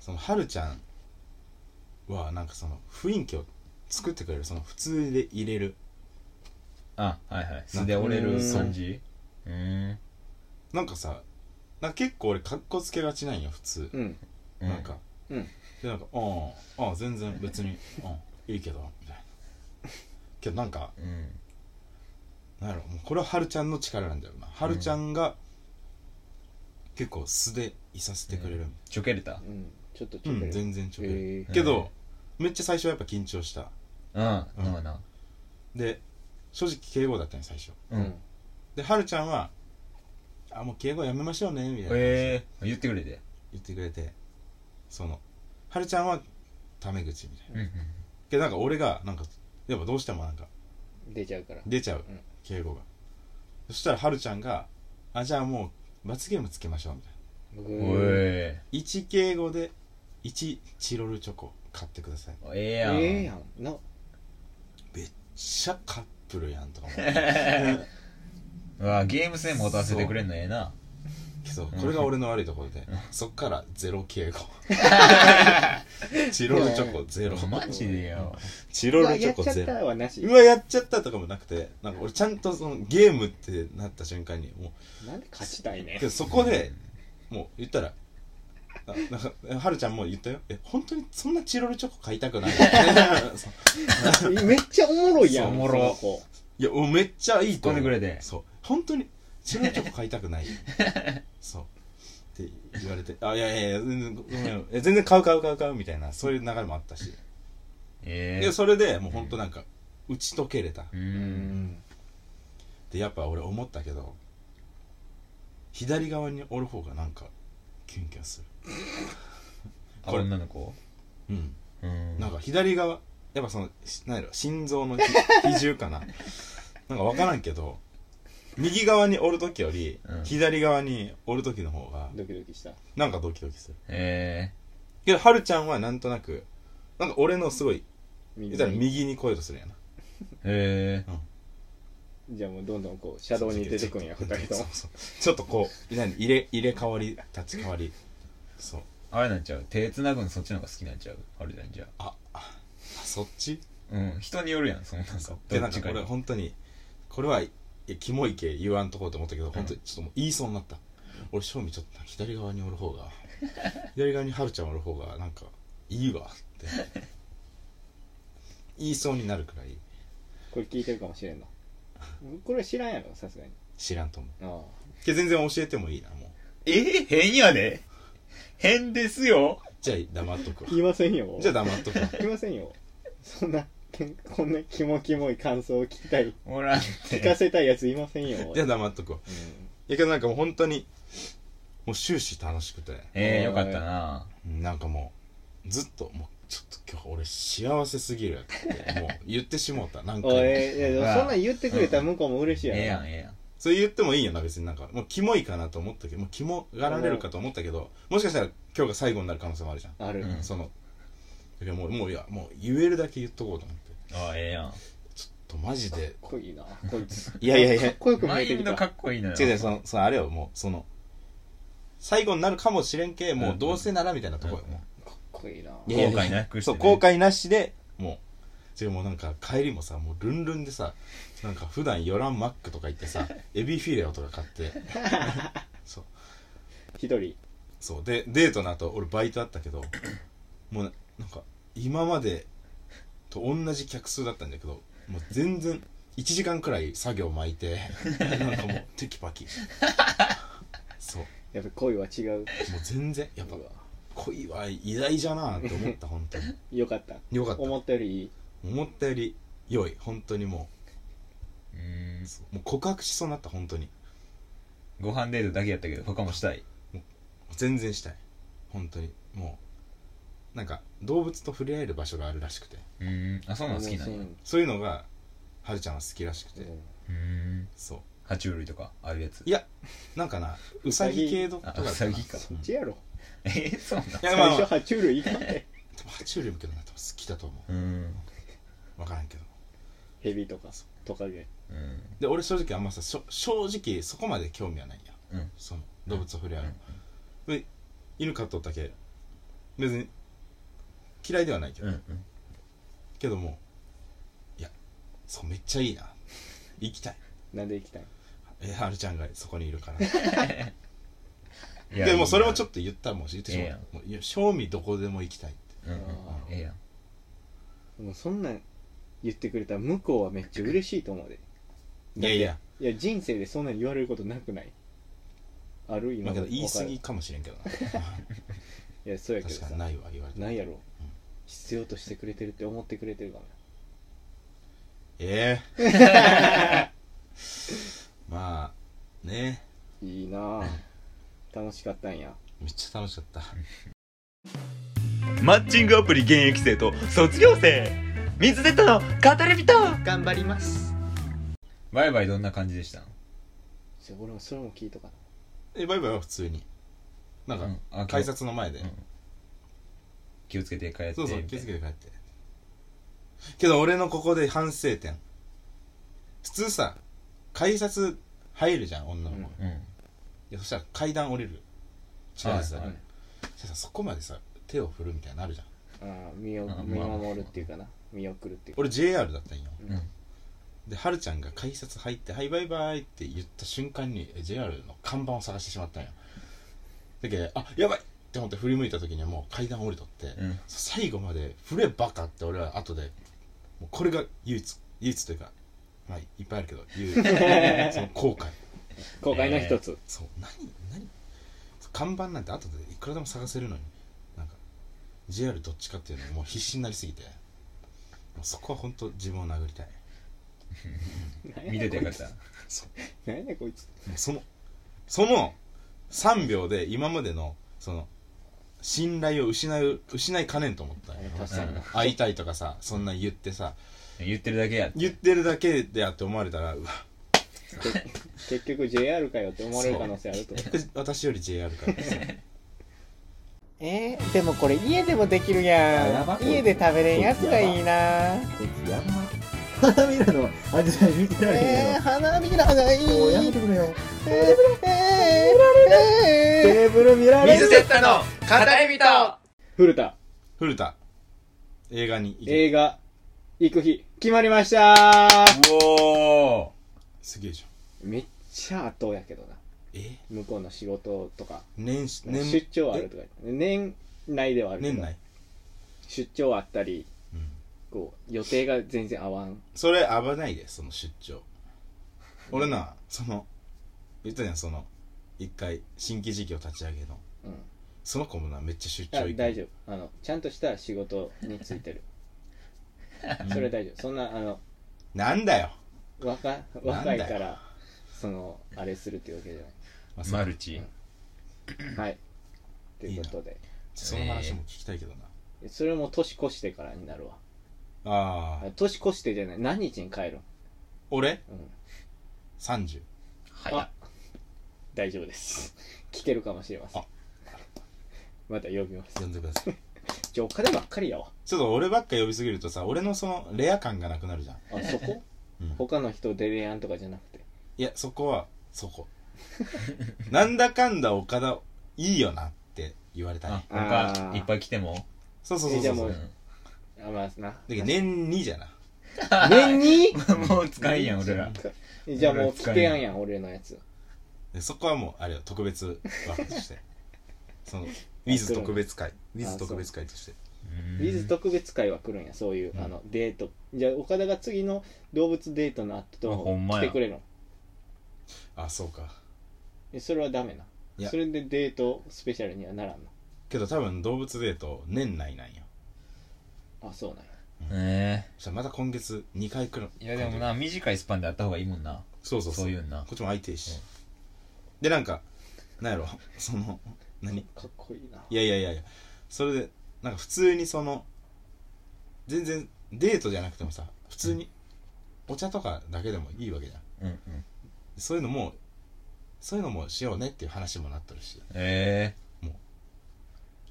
[SPEAKER 4] そのはるちゃんはなんかその雰囲気を作ってくれるその普通で入れる
[SPEAKER 2] あ、はいはい。素で折れる感じうん。
[SPEAKER 4] なんかさなんか結構俺かっこつけがちなんよ普通、
[SPEAKER 1] うん
[SPEAKER 4] なんか、
[SPEAKER 1] うん
[SPEAKER 4] でなんか「ああああ全然別にうんいいけど」みたいなけどなんか
[SPEAKER 2] うん。
[SPEAKER 4] なんやろもうこれははるちゃんの力なんだよなはるちゃんが結構素でいさせてくれる、
[SPEAKER 2] ちょけれた
[SPEAKER 1] うんちょっとち
[SPEAKER 4] う
[SPEAKER 1] ょっ
[SPEAKER 4] ん
[SPEAKER 1] と、
[SPEAKER 4] 全然ちょける、
[SPEAKER 1] えー
[SPEAKER 4] けど、めっちゃ最初はやっぱ緊張した
[SPEAKER 2] うん。なんかな。
[SPEAKER 4] で正直敬語だったね最初
[SPEAKER 2] うん。
[SPEAKER 4] で、はるちゃんは、あ、もう敬語やめましょうね、みたいな感じ
[SPEAKER 2] え
[SPEAKER 4] で
[SPEAKER 2] え。言ってくれて。
[SPEAKER 4] 言ってくれて、その、はるちゃんはタメ口みたいな。
[SPEAKER 2] うん。
[SPEAKER 4] けどなんか俺が、なんか、やっぱどうしてもなんか
[SPEAKER 1] 出ちゃうから
[SPEAKER 4] 出ちゃう
[SPEAKER 1] うん、
[SPEAKER 4] 敬語が。そしたらはるちゃんが、あ、じゃあもう罰ゲームつけましょう、みたいな。
[SPEAKER 1] う
[SPEAKER 2] お
[SPEAKER 1] ん
[SPEAKER 2] い。え
[SPEAKER 4] 1敬語で、1チロルチョコ買ってください。
[SPEAKER 2] えやん。
[SPEAKER 1] ええやんな
[SPEAKER 4] めっちゃカップルやんとか思って。
[SPEAKER 2] うわゲーム性持たせてくれんのええな
[SPEAKER 4] けど、これが俺の悪いところで、そっからゼロ敬語。チロルチョコゼロ。
[SPEAKER 2] マジでよ
[SPEAKER 4] チ
[SPEAKER 1] う
[SPEAKER 4] ロ
[SPEAKER 1] わ
[SPEAKER 4] ルチ
[SPEAKER 1] や
[SPEAKER 4] ョ
[SPEAKER 1] っち
[SPEAKER 4] コ
[SPEAKER 1] ゃっ
[SPEAKER 4] ゼロ
[SPEAKER 1] た。はなし
[SPEAKER 4] うわやっちゃったとかもなくてなんか俺ちゃんとそのゲームってなった瞬間にも
[SPEAKER 1] なんで勝ちたいうね
[SPEAKER 4] けどそこでもう言ったらあなんかはるちゃんも言ったよえ本当にそんなチロルチョコ買いたくない *laughs* そう
[SPEAKER 1] *laughs* めっちゃおもろいやん
[SPEAKER 2] そうおもろ
[SPEAKER 1] その子
[SPEAKER 4] いやもうめっちゃいいと思う
[SPEAKER 2] 突っ込んでくれて
[SPEAKER 4] そう本当にチロルチョコ買いたくないそうって言われてあいやいやいや全然ごめんいや全然買う買う買う買うみたいなそういう流れもあったし
[SPEAKER 2] ええ
[SPEAKER 4] でそれでもう本当なんか打ち解けれた
[SPEAKER 2] う
[SPEAKER 1] うんん
[SPEAKER 4] でやっぱ俺思ったけど左側におる方がなんかキュンキュンす
[SPEAKER 2] あ女の子
[SPEAKER 4] るうん
[SPEAKER 2] うん
[SPEAKER 4] なんか左側やっぱそのしなんやろ心
[SPEAKER 1] *laughs*
[SPEAKER 4] 臓のひ比重かななんか分からんけど右側におる時より、
[SPEAKER 2] うん
[SPEAKER 4] 左側におる時の方が
[SPEAKER 1] ドキドキした
[SPEAKER 4] なんかドキドキする
[SPEAKER 2] え
[SPEAKER 4] けどはるちゃんはなんとなくなんか俺のすごい言
[SPEAKER 1] 右
[SPEAKER 4] ったら右に来ようとするやな
[SPEAKER 2] ええ
[SPEAKER 1] じゃあもうどんどんこうシャドウに出てくんや
[SPEAKER 4] そう
[SPEAKER 1] 二人と
[SPEAKER 4] そ
[SPEAKER 1] も
[SPEAKER 4] うそうちょっとこう何入れ入れ替わり立ち替わりそう
[SPEAKER 2] えあれなんちゃう手繋ぐのそっちの方が好きなんちゃうあれなんじゃ
[SPEAKER 4] ああそっち
[SPEAKER 2] ううん人によるやんそんなんか
[SPEAKER 4] で
[SPEAKER 2] ど
[SPEAKER 4] な
[SPEAKER 2] っ
[SPEAKER 4] んか
[SPEAKER 2] ち
[SPEAKER 4] こ
[SPEAKER 2] か
[SPEAKER 4] れ
[SPEAKER 2] に
[SPEAKER 4] 本当にこれはいやキモい系言わんとこうと思ったけど、本当にちょっともう言いそうになった俺正味ちょっとな左側におる方が左側にはるちゃんおる方がなんかいいわって言いそうになるくらい
[SPEAKER 1] これ聞いてるかもしれんのこれ知らんやろさすがに
[SPEAKER 4] 知らんと思
[SPEAKER 1] あ
[SPEAKER 4] うけど全然教えてもいいなも
[SPEAKER 2] え変やで変ですよ
[SPEAKER 4] うじゃあ黙っとく
[SPEAKER 1] あ
[SPEAKER 4] わ
[SPEAKER 1] 言いませんよ
[SPEAKER 4] じゃあ黙っとくわ
[SPEAKER 1] 言いませんよそんなけんこんなキモキモい感想を聞きたい
[SPEAKER 2] おらん
[SPEAKER 1] 聞か
[SPEAKER 2] て
[SPEAKER 1] せたいやついませんよ
[SPEAKER 4] じゃあ黙っとくわいやけどなんかもう本当にもう終始楽しくて
[SPEAKER 2] ええよかったな
[SPEAKER 4] なんかもうずっともうちょっと今日俺幸せすぎるってもう言ってしもうた何
[SPEAKER 1] おい
[SPEAKER 4] 回も
[SPEAKER 1] えいやでもそんなん言ってくれたら向こうも嬉しいやろ
[SPEAKER 2] ええやん、ええやん。
[SPEAKER 4] それ言ってもいいよな別になんかもうキモいかなと思ったけどもうキモがられるかと思ったけどもしかしたら今日が最後になる可能性もあるじゃん
[SPEAKER 1] ある、
[SPEAKER 2] うん
[SPEAKER 4] そのだけどもうもういやもう言えるだけ言っとこうと思って
[SPEAKER 2] あええやん。
[SPEAKER 4] ちょっとマジで
[SPEAKER 1] かっこいいなこいつ
[SPEAKER 4] いやいやいや
[SPEAKER 1] かっこよく見
[SPEAKER 2] マ
[SPEAKER 1] えて
[SPEAKER 2] イ
[SPEAKER 1] き
[SPEAKER 2] ン
[SPEAKER 1] た
[SPEAKER 2] ドかっこいいのよ。
[SPEAKER 4] 違う違うそのそのあれよもうその最後になるかもしれんけもうどうせならみたいなとこよ、
[SPEAKER 2] うん
[SPEAKER 4] も
[SPEAKER 1] かっこいいな
[SPEAKER 4] う
[SPEAKER 2] いやいや後悔なくしてね
[SPEAKER 4] そう後悔なしでもう違うもうなんか帰りもさもうルンルンでさなんか普段よらんマックとか行ってさエビフィレオとか買ってそう
[SPEAKER 1] 一人
[SPEAKER 4] そうでデートの後俺バイトあったけ *clears throat* どもうななんか今までと同じ客数だったんだけどもう全然1時間くらい作業巻い *laughs* てなんかもうテキパキそう
[SPEAKER 1] やっぱ恋は違う
[SPEAKER 4] もう全然やっぱ
[SPEAKER 1] うわ
[SPEAKER 4] 恋は偉大じゃなって思った本当に
[SPEAKER 1] よかった
[SPEAKER 4] *laughs* よかった
[SPEAKER 1] 思ったよりいい
[SPEAKER 4] 思ったより良い本当にも
[SPEAKER 2] うーん
[SPEAKER 4] う。そうもう告白しそうになった本当に
[SPEAKER 2] ご飯デートだけやったけど、他もしたい。
[SPEAKER 4] 全然したい本当にもうなんか動物と触れ合える場所があるらしくて
[SPEAKER 2] うーん。あ、そうなの好きなんや。う
[SPEAKER 4] そういうのがはるちゃんは好きらしくて、
[SPEAKER 2] ーん。
[SPEAKER 4] そう
[SPEAKER 2] 爬虫類とか、あるやつ
[SPEAKER 4] い。やなんかなうさぎ系のとかだ
[SPEAKER 2] あう
[SPEAKER 4] った
[SPEAKER 2] さ
[SPEAKER 4] な
[SPEAKER 2] ぎか
[SPEAKER 4] うんい
[SPEAKER 1] ちやろ
[SPEAKER 2] えー、そうなん
[SPEAKER 4] や
[SPEAKER 1] 最
[SPEAKER 4] まあ、ま
[SPEAKER 1] 初
[SPEAKER 4] あ、
[SPEAKER 1] 爬虫類いかない
[SPEAKER 4] でも爬虫類もけどな多分好きだと思
[SPEAKER 2] うーん。
[SPEAKER 4] う分からんけど
[SPEAKER 1] ヘビとかトカゲ
[SPEAKER 2] うん。
[SPEAKER 4] で俺正直あんまさしょ正直そこまで興味はないんや
[SPEAKER 2] うん。
[SPEAKER 4] その動物と触れ合うの、で犬飼っとったけ別に嫌いではないけど、
[SPEAKER 2] うん。
[SPEAKER 4] けどもいやそうめっちゃいいな行きたい
[SPEAKER 1] なんで行きたい
[SPEAKER 4] えはるちゃんがそこにいるから
[SPEAKER 2] うん。
[SPEAKER 4] でもそれもちょ
[SPEAKER 2] っ
[SPEAKER 4] っと言ったらもう言ってし
[SPEAKER 2] ええや
[SPEAKER 4] ま
[SPEAKER 2] ん
[SPEAKER 4] う,、もういや賞味どこでも行きたいって
[SPEAKER 2] と。うんうん。ええやん。
[SPEAKER 1] もうそんなん言ってくれたら向こうはめっちゃ嬉しいと思うで
[SPEAKER 4] いやいや
[SPEAKER 1] いや人生でそんなに言われることなくないある
[SPEAKER 4] ま
[SPEAKER 1] 今
[SPEAKER 4] あ
[SPEAKER 1] ま
[SPEAKER 4] け
[SPEAKER 1] で
[SPEAKER 4] ど言い過ぎかもしれんけどな
[SPEAKER 1] いやそうやけど
[SPEAKER 4] 確
[SPEAKER 1] さ
[SPEAKER 4] かにないわ言われて
[SPEAKER 1] ないやろ、必要としてくれてるって思ってくれてるかも
[SPEAKER 4] ええ
[SPEAKER 2] *laughs*
[SPEAKER 4] まあね
[SPEAKER 1] いいなあ楽しかったんや
[SPEAKER 4] めっちゃ楽しかった
[SPEAKER 2] マッチングアプリ現役生と卒業生水瀬との語り人
[SPEAKER 1] 頑張ります
[SPEAKER 2] バイバイどんな感じでした
[SPEAKER 1] 俺もそれも聞いとかな
[SPEAKER 4] えバイバイは普通になんか、
[SPEAKER 2] うんあ
[SPEAKER 4] 改札の前で、
[SPEAKER 2] うん気をつけて帰って
[SPEAKER 4] そうそう
[SPEAKER 2] みた
[SPEAKER 4] 気
[SPEAKER 2] いな
[SPEAKER 4] づけて帰ってけど俺のここで反省点普通さ改札入るじゃん女の子、
[SPEAKER 1] うん
[SPEAKER 4] い
[SPEAKER 2] うん
[SPEAKER 4] やそしたら階段降りる違うさ、
[SPEAKER 2] はいはい
[SPEAKER 4] そしたらそこまでさ手を振るみたいになのあるじゃん
[SPEAKER 1] ああ見よ
[SPEAKER 2] あ
[SPEAKER 1] 見
[SPEAKER 2] まあ
[SPEAKER 1] 守るっていうかな見送るっていうか
[SPEAKER 4] 俺 JR だったんよ、
[SPEAKER 1] うん
[SPEAKER 4] ではるちゃんが改札入って「はいバイバイ」って言った瞬間にえ JR の看板を探してしまったんよだけどあやばいって思って振り向いた時にはもう階段降りとって、
[SPEAKER 2] うん
[SPEAKER 4] 最後まで「振れバカ」って俺は後でもうこれが唯一唯一というかまあいっぱいあるけど
[SPEAKER 2] *laughs*
[SPEAKER 4] 唯一その後悔
[SPEAKER 1] 公開の一つ、
[SPEAKER 4] そう何何看板なんて後でいくらでも探せるのになんか JR どっちかっていうのがもう必死になりすぎてもうそこは本当自分を殴りたいも
[SPEAKER 1] 何
[SPEAKER 2] 見
[SPEAKER 1] やこ
[SPEAKER 2] てて
[SPEAKER 1] い
[SPEAKER 2] よかっ
[SPEAKER 1] つ
[SPEAKER 2] た
[SPEAKER 1] 何やこいつ
[SPEAKER 4] うそのその3秒で今までのその信頼を失う失いかねんと思ったんよ
[SPEAKER 1] 確かにな
[SPEAKER 4] 会いたいとかさそんなん言ってさ
[SPEAKER 2] 言ってるだけや
[SPEAKER 4] 言ってるだけであって思われたらうわ
[SPEAKER 1] 結局 JR かよって思われる可能性あると
[SPEAKER 4] 私より JR
[SPEAKER 1] *laughs*
[SPEAKER 4] からですね
[SPEAKER 6] えー、でもこれ家でもできるやん家で食べれんやつがいいな
[SPEAKER 7] 花びらのアジサイ見てられへん
[SPEAKER 6] え
[SPEAKER 7] や
[SPEAKER 6] ー、花びらがいい
[SPEAKER 7] ろ。もうやめてくれよ。
[SPEAKER 6] えー、えー、え
[SPEAKER 7] テ
[SPEAKER 6] ー、
[SPEAKER 7] ーブル見られる。
[SPEAKER 2] 水瀬との語り人
[SPEAKER 1] 古田
[SPEAKER 4] 古田映画に行け
[SPEAKER 1] 映画行く日決まりました
[SPEAKER 2] おお
[SPEAKER 4] すげえじゃん
[SPEAKER 1] めっちゃ後やけどな
[SPEAKER 4] え
[SPEAKER 1] 向こうの仕事とか
[SPEAKER 4] 年年
[SPEAKER 1] 出張あるとか年内ではあ
[SPEAKER 4] え
[SPEAKER 1] るけど
[SPEAKER 4] 年内
[SPEAKER 1] 出張あったり
[SPEAKER 4] うん
[SPEAKER 1] こう予定が全然合わん
[SPEAKER 4] それ危ないでその出張俺なその言ったじゃんその一回新規事業立ち上げの
[SPEAKER 1] うん
[SPEAKER 4] その子もなめっちゃ出
[SPEAKER 1] あ
[SPEAKER 4] 張行く
[SPEAKER 1] 大丈夫あのちゃんとした仕事につい
[SPEAKER 4] *laughs*
[SPEAKER 1] てるそれ大丈夫そんなあの
[SPEAKER 4] なんだよ、
[SPEAKER 1] 若
[SPEAKER 4] よ
[SPEAKER 1] 若いからそのあれするっていうわけじゃな
[SPEAKER 4] まあそ
[SPEAKER 2] マルチ
[SPEAKER 1] うんいはいということで
[SPEAKER 4] その話も聞きたいけどな、
[SPEAKER 1] それも年越してからになるわ
[SPEAKER 4] ああ
[SPEAKER 1] 年越してじゃない何日に帰るん、
[SPEAKER 4] 俺
[SPEAKER 1] うん、
[SPEAKER 4] 30
[SPEAKER 2] 早っ
[SPEAKER 1] あ大丈夫です来てるかもしれません
[SPEAKER 4] あ
[SPEAKER 1] また呼びます
[SPEAKER 4] 呼んでください
[SPEAKER 1] じゃあお金ばっかりやわ
[SPEAKER 4] ちょっと俺ばっか呼びすぎるとさ俺のそのレア感がなくなるじゃん
[SPEAKER 1] あそこ、
[SPEAKER 4] うん
[SPEAKER 1] 他の人デレヤンとかじゃなくて
[SPEAKER 4] いやそこはそこ *laughs* なんだかんだ岡田いいよなって言われた
[SPEAKER 2] あ
[SPEAKER 4] ね
[SPEAKER 2] 他
[SPEAKER 1] あー
[SPEAKER 2] いっぱい来ても
[SPEAKER 4] そうそうそう
[SPEAKER 1] えで
[SPEAKER 4] そう
[SPEAKER 1] も
[SPEAKER 4] だ
[SPEAKER 2] う
[SPEAKER 4] け
[SPEAKER 2] ん
[SPEAKER 1] あまあな
[SPEAKER 4] ど年にじゃな
[SPEAKER 1] 年に
[SPEAKER 2] もう使いやん俺ら
[SPEAKER 1] じゃあもう来てやんやん俺のやつ
[SPEAKER 4] でそこはもうあれよ特別枠としてそのウィズ特別会ウィズ特別会として
[SPEAKER 1] ウィズ特別会は来るんやそういう、あのデートじゃあ岡田が次の動物デートの後
[SPEAKER 2] あ
[SPEAKER 1] と
[SPEAKER 2] ほんま
[SPEAKER 1] 来
[SPEAKER 2] や
[SPEAKER 1] てくれるの
[SPEAKER 4] あそうか
[SPEAKER 1] えそれはダメ
[SPEAKER 4] い
[SPEAKER 1] な
[SPEAKER 4] や
[SPEAKER 1] それでデートスペシャルにはならんの
[SPEAKER 4] けど多分動物デート年内なんよ
[SPEAKER 1] あそうなんや
[SPEAKER 2] ね
[SPEAKER 4] そしたらまた今月2回来る
[SPEAKER 2] えいやでもな短いスパンであった方がいいもんな
[SPEAKER 4] そうそうそう
[SPEAKER 2] そういうんな
[SPEAKER 4] こっちも空いてるし、
[SPEAKER 2] うん
[SPEAKER 4] でなんかなんやろ *laughs* その何
[SPEAKER 1] かっこいいない
[SPEAKER 4] やいやいやいやそれでなんか普通にその全然デートじゃなくてもさ普通にお茶とかだけでもいいわけじゃん
[SPEAKER 2] うんうん
[SPEAKER 4] そういうのもそういうのもしようねっていう話もなっとるし
[SPEAKER 2] え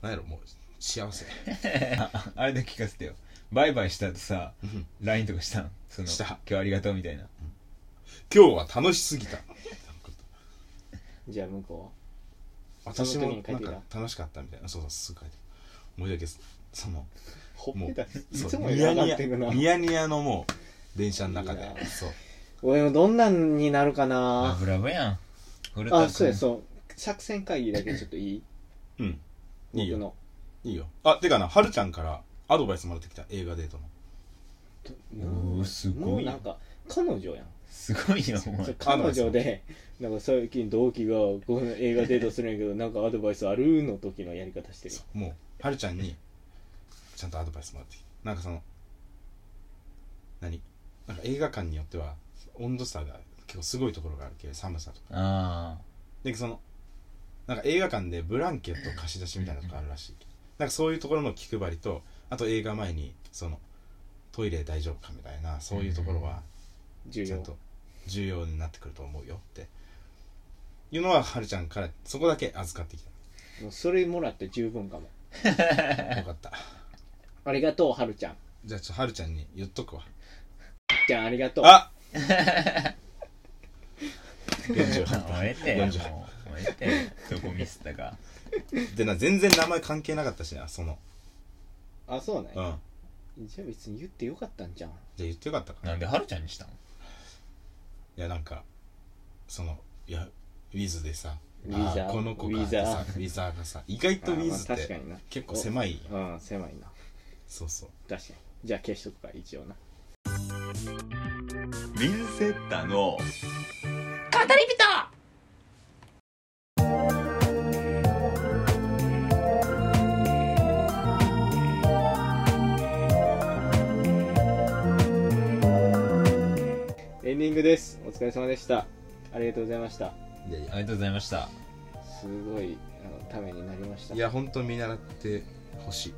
[SPEAKER 4] なんやろもう幸せ
[SPEAKER 2] え *laughs* ああれで聞かせてよバイバイした後さ
[SPEAKER 4] うん
[SPEAKER 2] LINE とかしたんその
[SPEAKER 4] した
[SPEAKER 2] 今日ありがとうみたいな
[SPEAKER 4] 今日は楽しすぎた
[SPEAKER 1] じゃあ向こ
[SPEAKER 4] 私
[SPEAKER 1] そ
[SPEAKER 4] もな
[SPEAKER 1] の
[SPEAKER 4] ん
[SPEAKER 1] 時に書いて
[SPEAKER 4] か楽しかったみたいなそうそうすぐ書いて申し訳ですその
[SPEAKER 1] うほっぺたい
[SPEAKER 4] そう
[SPEAKER 1] つもよ
[SPEAKER 4] ニ
[SPEAKER 1] り上
[SPEAKER 4] ヤニ
[SPEAKER 1] が
[SPEAKER 4] ヤ
[SPEAKER 1] ってるな
[SPEAKER 4] ニヤニヤのもう電車の中
[SPEAKER 1] いい
[SPEAKER 4] で
[SPEAKER 1] な
[SPEAKER 4] そう
[SPEAKER 1] 俺もどんなんになるか
[SPEAKER 2] ラ
[SPEAKER 1] な
[SPEAKER 2] ブラブやん古田
[SPEAKER 1] あ
[SPEAKER 2] 君
[SPEAKER 1] そうやそう作戦会議だけちょっといい
[SPEAKER 4] うんいい
[SPEAKER 1] 僕
[SPEAKER 4] よ
[SPEAKER 1] の
[SPEAKER 4] いいよあてかなはるちゃんからアドバイスもらってきた映画デートの
[SPEAKER 2] おーす
[SPEAKER 1] も
[SPEAKER 2] ご
[SPEAKER 1] う
[SPEAKER 2] い
[SPEAKER 1] なんか彼女やん
[SPEAKER 2] すごいよお
[SPEAKER 1] そ
[SPEAKER 2] 前
[SPEAKER 1] う彼女でなんか最近同期がこの映画デートするんやけどなんかアドバイスあるの時のやり方してる
[SPEAKER 4] そうもうはるちゃんにちゃんとアドバイスもらってきたなんかその何なんか映画館によっては温度差が結構すごいところがあるけど寒さとか
[SPEAKER 2] あ
[SPEAKER 4] でそのなんか映画館でブランケット貸し出しみたいなとこあるらしいなんかそういうところの気配りとあと映画前にそのトイレ大丈夫かみたいなそういうところは
[SPEAKER 1] 重
[SPEAKER 4] ちゃ
[SPEAKER 1] 要
[SPEAKER 4] んと重要になってくると思うよっていうのははるちゃんからそこだけ預かってき
[SPEAKER 1] もうそれもらって十分かも
[SPEAKER 4] たよかった
[SPEAKER 1] ありがとうはるちゃん
[SPEAKER 4] じゃあちょっとはるちゃんに言っとくわ
[SPEAKER 1] じゃんありがとう *laughs*
[SPEAKER 4] あ
[SPEAKER 2] あも
[SPEAKER 4] 40
[SPEAKER 2] うええって
[SPEAKER 4] 40
[SPEAKER 2] もうもうええってどこミスったか
[SPEAKER 4] でな全然名前関係なかったしなその
[SPEAKER 1] あそうね
[SPEAKER 4] うんじゃあ
[SPEAKER 1] じゃあ別に言ってよかったんじゃん
[SPEAKER 4] 言ってよかったかな
[SPEAKER 2] なんではるちゃんにしたん
[SPEAKER 4] いやなんかそのいやウィズでさ
[SPEAKER 1] ウィザー
[SPEAKER 4] あーこの子
[SPEAKER 1] ウ
[SPEAKER 4] が
[SPEAKER 1] ィザー
[SPEAKER 4] さウィザーがさ意外とウィ
[SPEAKER 1] あ
[SPEAKER 4] ズ
[SPEAKER 1] まあ
[SPEAKER 4] っ
[SPEAKER 1] 確か
[SPEAKER 4] て
[SPEAKER 1] にな
[SPEAKER 4] 結構狭いよ
[SPEAKER 1] うん狭いな
[SPEAKER 4] そうそう
[SPEAKER 1] 確かにじゃあ消しとくか一応な
[SPEAKER 2] ミンセッタの
[SPEAKER 1] エンディングですお疲れ様でしたありがとうございました
[SPEAKER 4] いやい
[SPEAKER 2] あり
[SPEAKER 4] や
[SPEAKER 2] がとうございました
[SPEAKER 1] すごいあのためになりました
[SPEAKER 4] いや本当見習ってほしい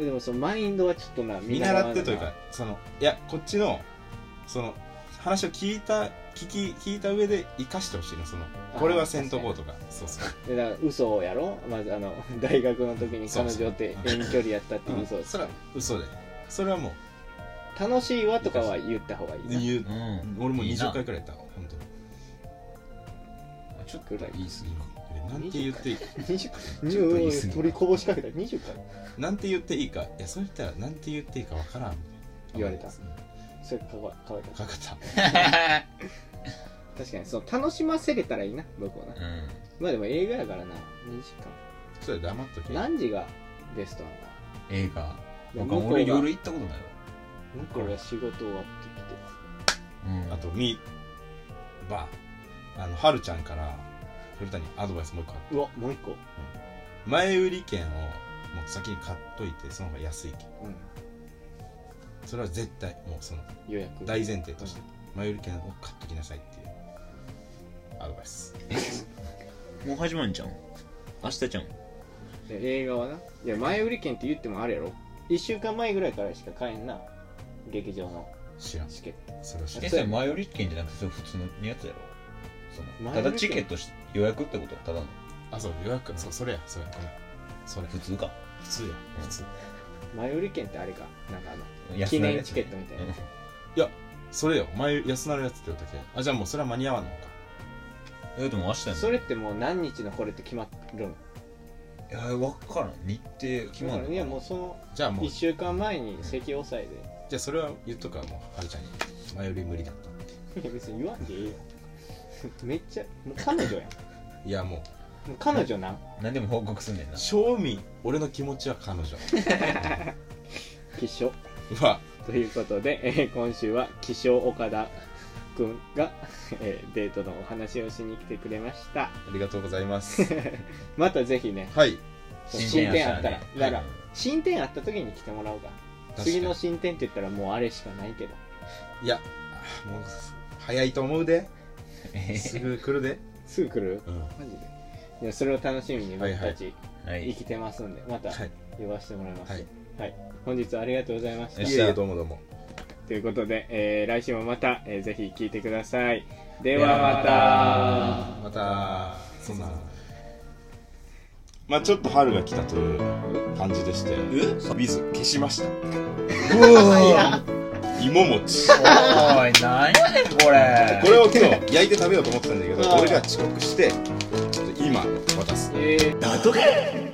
[SPEAKER 1] えでもそのマインドはちょっとな
[SPEAKER 4] 見習ってというかそのいやこっちのその話を聞いた聞き聞いた上で生かしてほしいのそのこれはせんとこうとかそうそう
[SPEAKER 1] でだから嘘をやろまずあの *laughs* 大学の時に彼女って遠距離やったっていう嘘
[SPEAKER 4] うんそれは嘘でそれはもう
[SPEAKER 1] 楽しいわとかは言った方がいいな
[SPEAKER 4] 言う
[SPEAKER 2] うん
[SPEAKER 4] 俺も
[SPEAKER 2] いいな
[SPEAKER 4] 20回くらいやった本当に
[SPEAKER 2] ちょっと言い過ぎ
[SPEAKER 4] えなんて言っていい
[SPEAKER 1] 20回
[SPEAKER 2] ちょっと言い過ぎ
[SPEAKER 1] 取りこぼしかけた20回
[SPEAKER 4] なんて言っていいかいやそう言ったらなんて言っていいかわからんみたいな
[SPEAKER 1] 言われた
[SPEAKER 4] うん
[SPEAKER 1] それかわかわいかった
[SPEAKER 4] かかった
[SPEAKER 1] 確かにその楽しませれたらいいな僕はな
[SPEAKER 2] うん
[SPEAKER 1] まあでも映画やからな2時
[SPEAKER 4] それ黙っとけ
[SPEAKER 1] 間何時がベストなんだ
[SPEAKER 2] 映画
[SPEAKER 1] いや
[SPEAKER 2] 僕は
[SPEAKER 1] 向こう
[SPEAKER 2] 俺
[SPEAKER 1] が
[SPEAKER 2] 夜行ったことないわ
[SPEAKER 1] 向こうが仕事終わって
[SPEAKER 2] うん
[SPEAKER 4] あとみばあのはるちゃんから古谷にアドバイスもう一個あっ
[SPEAKER 1] きてうわもう一個
[SPEAKER 4] た前売り券をもう先に買っといてその方が安い券
[SPEAKER 1] うん
[SPEAKER 4] それは絶対もうその
[SPEAKER 1] 予約
[SPEAKER 4] 大前提として前売り券を買っときなさいっていうアドバイス
[SPEAKER 2] もう始まんじゃん明日じゃ
[SPEAKER 1] い
[SPEAKER 2] ん
[SPEAKER 1] や映画はないや前売り券って言ってもあるやろ1週間前ぐらいからしか買えんな劇場の
[SPEAKER 4] 知らん
[SPEAKER 1] チケット
[SPEAKER 4] それは知らん
[SPEAKER 2] え、それ前売り券じゃなくて、それ普通のやつやろその
[SPEAKER 1] 前売り券
[SPEAKER 2] ただチケットし予約ってことただの。
[SPEAKER 4] あそう予約そうそれやそれごめんそれ
[SPEAKER 2] 普
[SPEAKER 4] 普
[SPEAKER 2] 通か。
[SPEAKER 4] 通や
[SPEAKER 2] うん
[SPEAKER 4] 普通
[SPEAKER 1] 前売り券ってあれかなんかあの
[SPEAKER 2] 安
[SPEAKER 1] 記
[SPEAKER 2] なる
[SPEAKER 1] 念
[SPEAKER 2] やつ
[SPEAKER 1] チケットみたいな、
[SPEAKER 2] うん
[SPEAKER 4] それよ前安なるやつって言ったけあじゃあもうそれは間に合わんのか
[SPEAKER 2] え、でも明日やん
[SPEAKER 1] それってもう何日のこれって決まるん
[SPEAKER 2] いや、わからん。日程
[SPEAKER 1] だ
[SPEAKER 2] 決ま
[SPEAKER 1] か
[SPEAKER 2] んの
[SPEAKER 1] ら
[SPEAKER 2] か
[SPEAKER 1] ね
[SPEAKER 2] な
[SPEAKER 1] もうその
[SPEAKER 4] じゃあもう
[SPEAKER 1] 1
[SPEAKER 4] じ
[SPEAKER 1] 週間前に席押さえ
[SPEAKER 4] ゃあそれは言っとくわもうはるちゃんに前より無理だったって
[SPEAKER 1] で、いや別に言わんでいいよ *laughs* めっちゃもう彼女やん
[SPEAKER 4] いやも
[SPEAKER 1] もう彼女なん
[SPEAKER 2] 何でも報告すんねん
[SPEAKER 4] う
[SPEAKER 2] な。
[SPEAKER 4] 正味俺の気持ちは彼
[SPEAKER 2] *laughs*
[SPEAKER 4] 女
[SPEAKER 1] 気象
[SPEAKER 4] うわ
[SPEAKER 1] ということで、えー今週は気象岡田くんが、えーデートのお話をしに来てくれました
[SPEAKER 4] ありがとうございます
[SPEAKER 1] またぜひね
[SPEAKER 2] *laughs*
[SPEAKER 4] はい
[SPEAKER 1] 新店あったら
[SPEAKER 2] ね
[SPEAKER 1] だから
[SPEAKER 2] うん
[SPEAKER 1] 新店あった時に来てもらおうか
[SPEAKER 4] 確かに
[SPEAKER 1] 次の新店って言ったらもうあれしかないけど
[SPEAKER 4] いやあもう早いと思うで
[SPEAKER 2] えへ
[SPEAKER 4] すぐ来るで
[SPEAKER 1] すぐ来る
[SPEAKER 4] うん
[SPEAKER 1] マジでいやそれを楽しみに
[SPEAKER 4] はい
[SPEAKER 1] 僕
[SPEAKER 4] はい
[SPEAKER 1] たち
[SPEAKER 2] へはい。
[SPEAKER 1] 生きてますんでまた
[SPEAKER 4] はい
[SPEAKER 1] 呼ばせてもらいます、
[SPEAKER 4] はい
[SPEAKER 1] 本日はありがとうございました
[SPEAKER 2] よっ
[SPEAKER 4] い
[SPEAKER 2] しゃ
[SPEAKER 4] やいやどうもどうも
[SPEAKER 1] ということで、えー来週もまた、えーぜひ聞いてくださいで
[SPEAKER 2] で
[SPEAKER 1] は
[SPEAKER 2] は
[SPEAKER 1] ま
[SPEAKER 2] ま
[SPEAKER 1] た
[SPEAKER 2] た
[SPEAKER 4] またそんなまあちょっと春が来たという感じでしてビズ消しましたうわ芋 *laughs* 餅
[SPEAKER 2] おい、なんやねん、これ。
[SPEAKER 4] これを今日焼いて食べようと思ってたんだけど俺が遅刻してちょっと今渡す
[SPEAKER 1] えー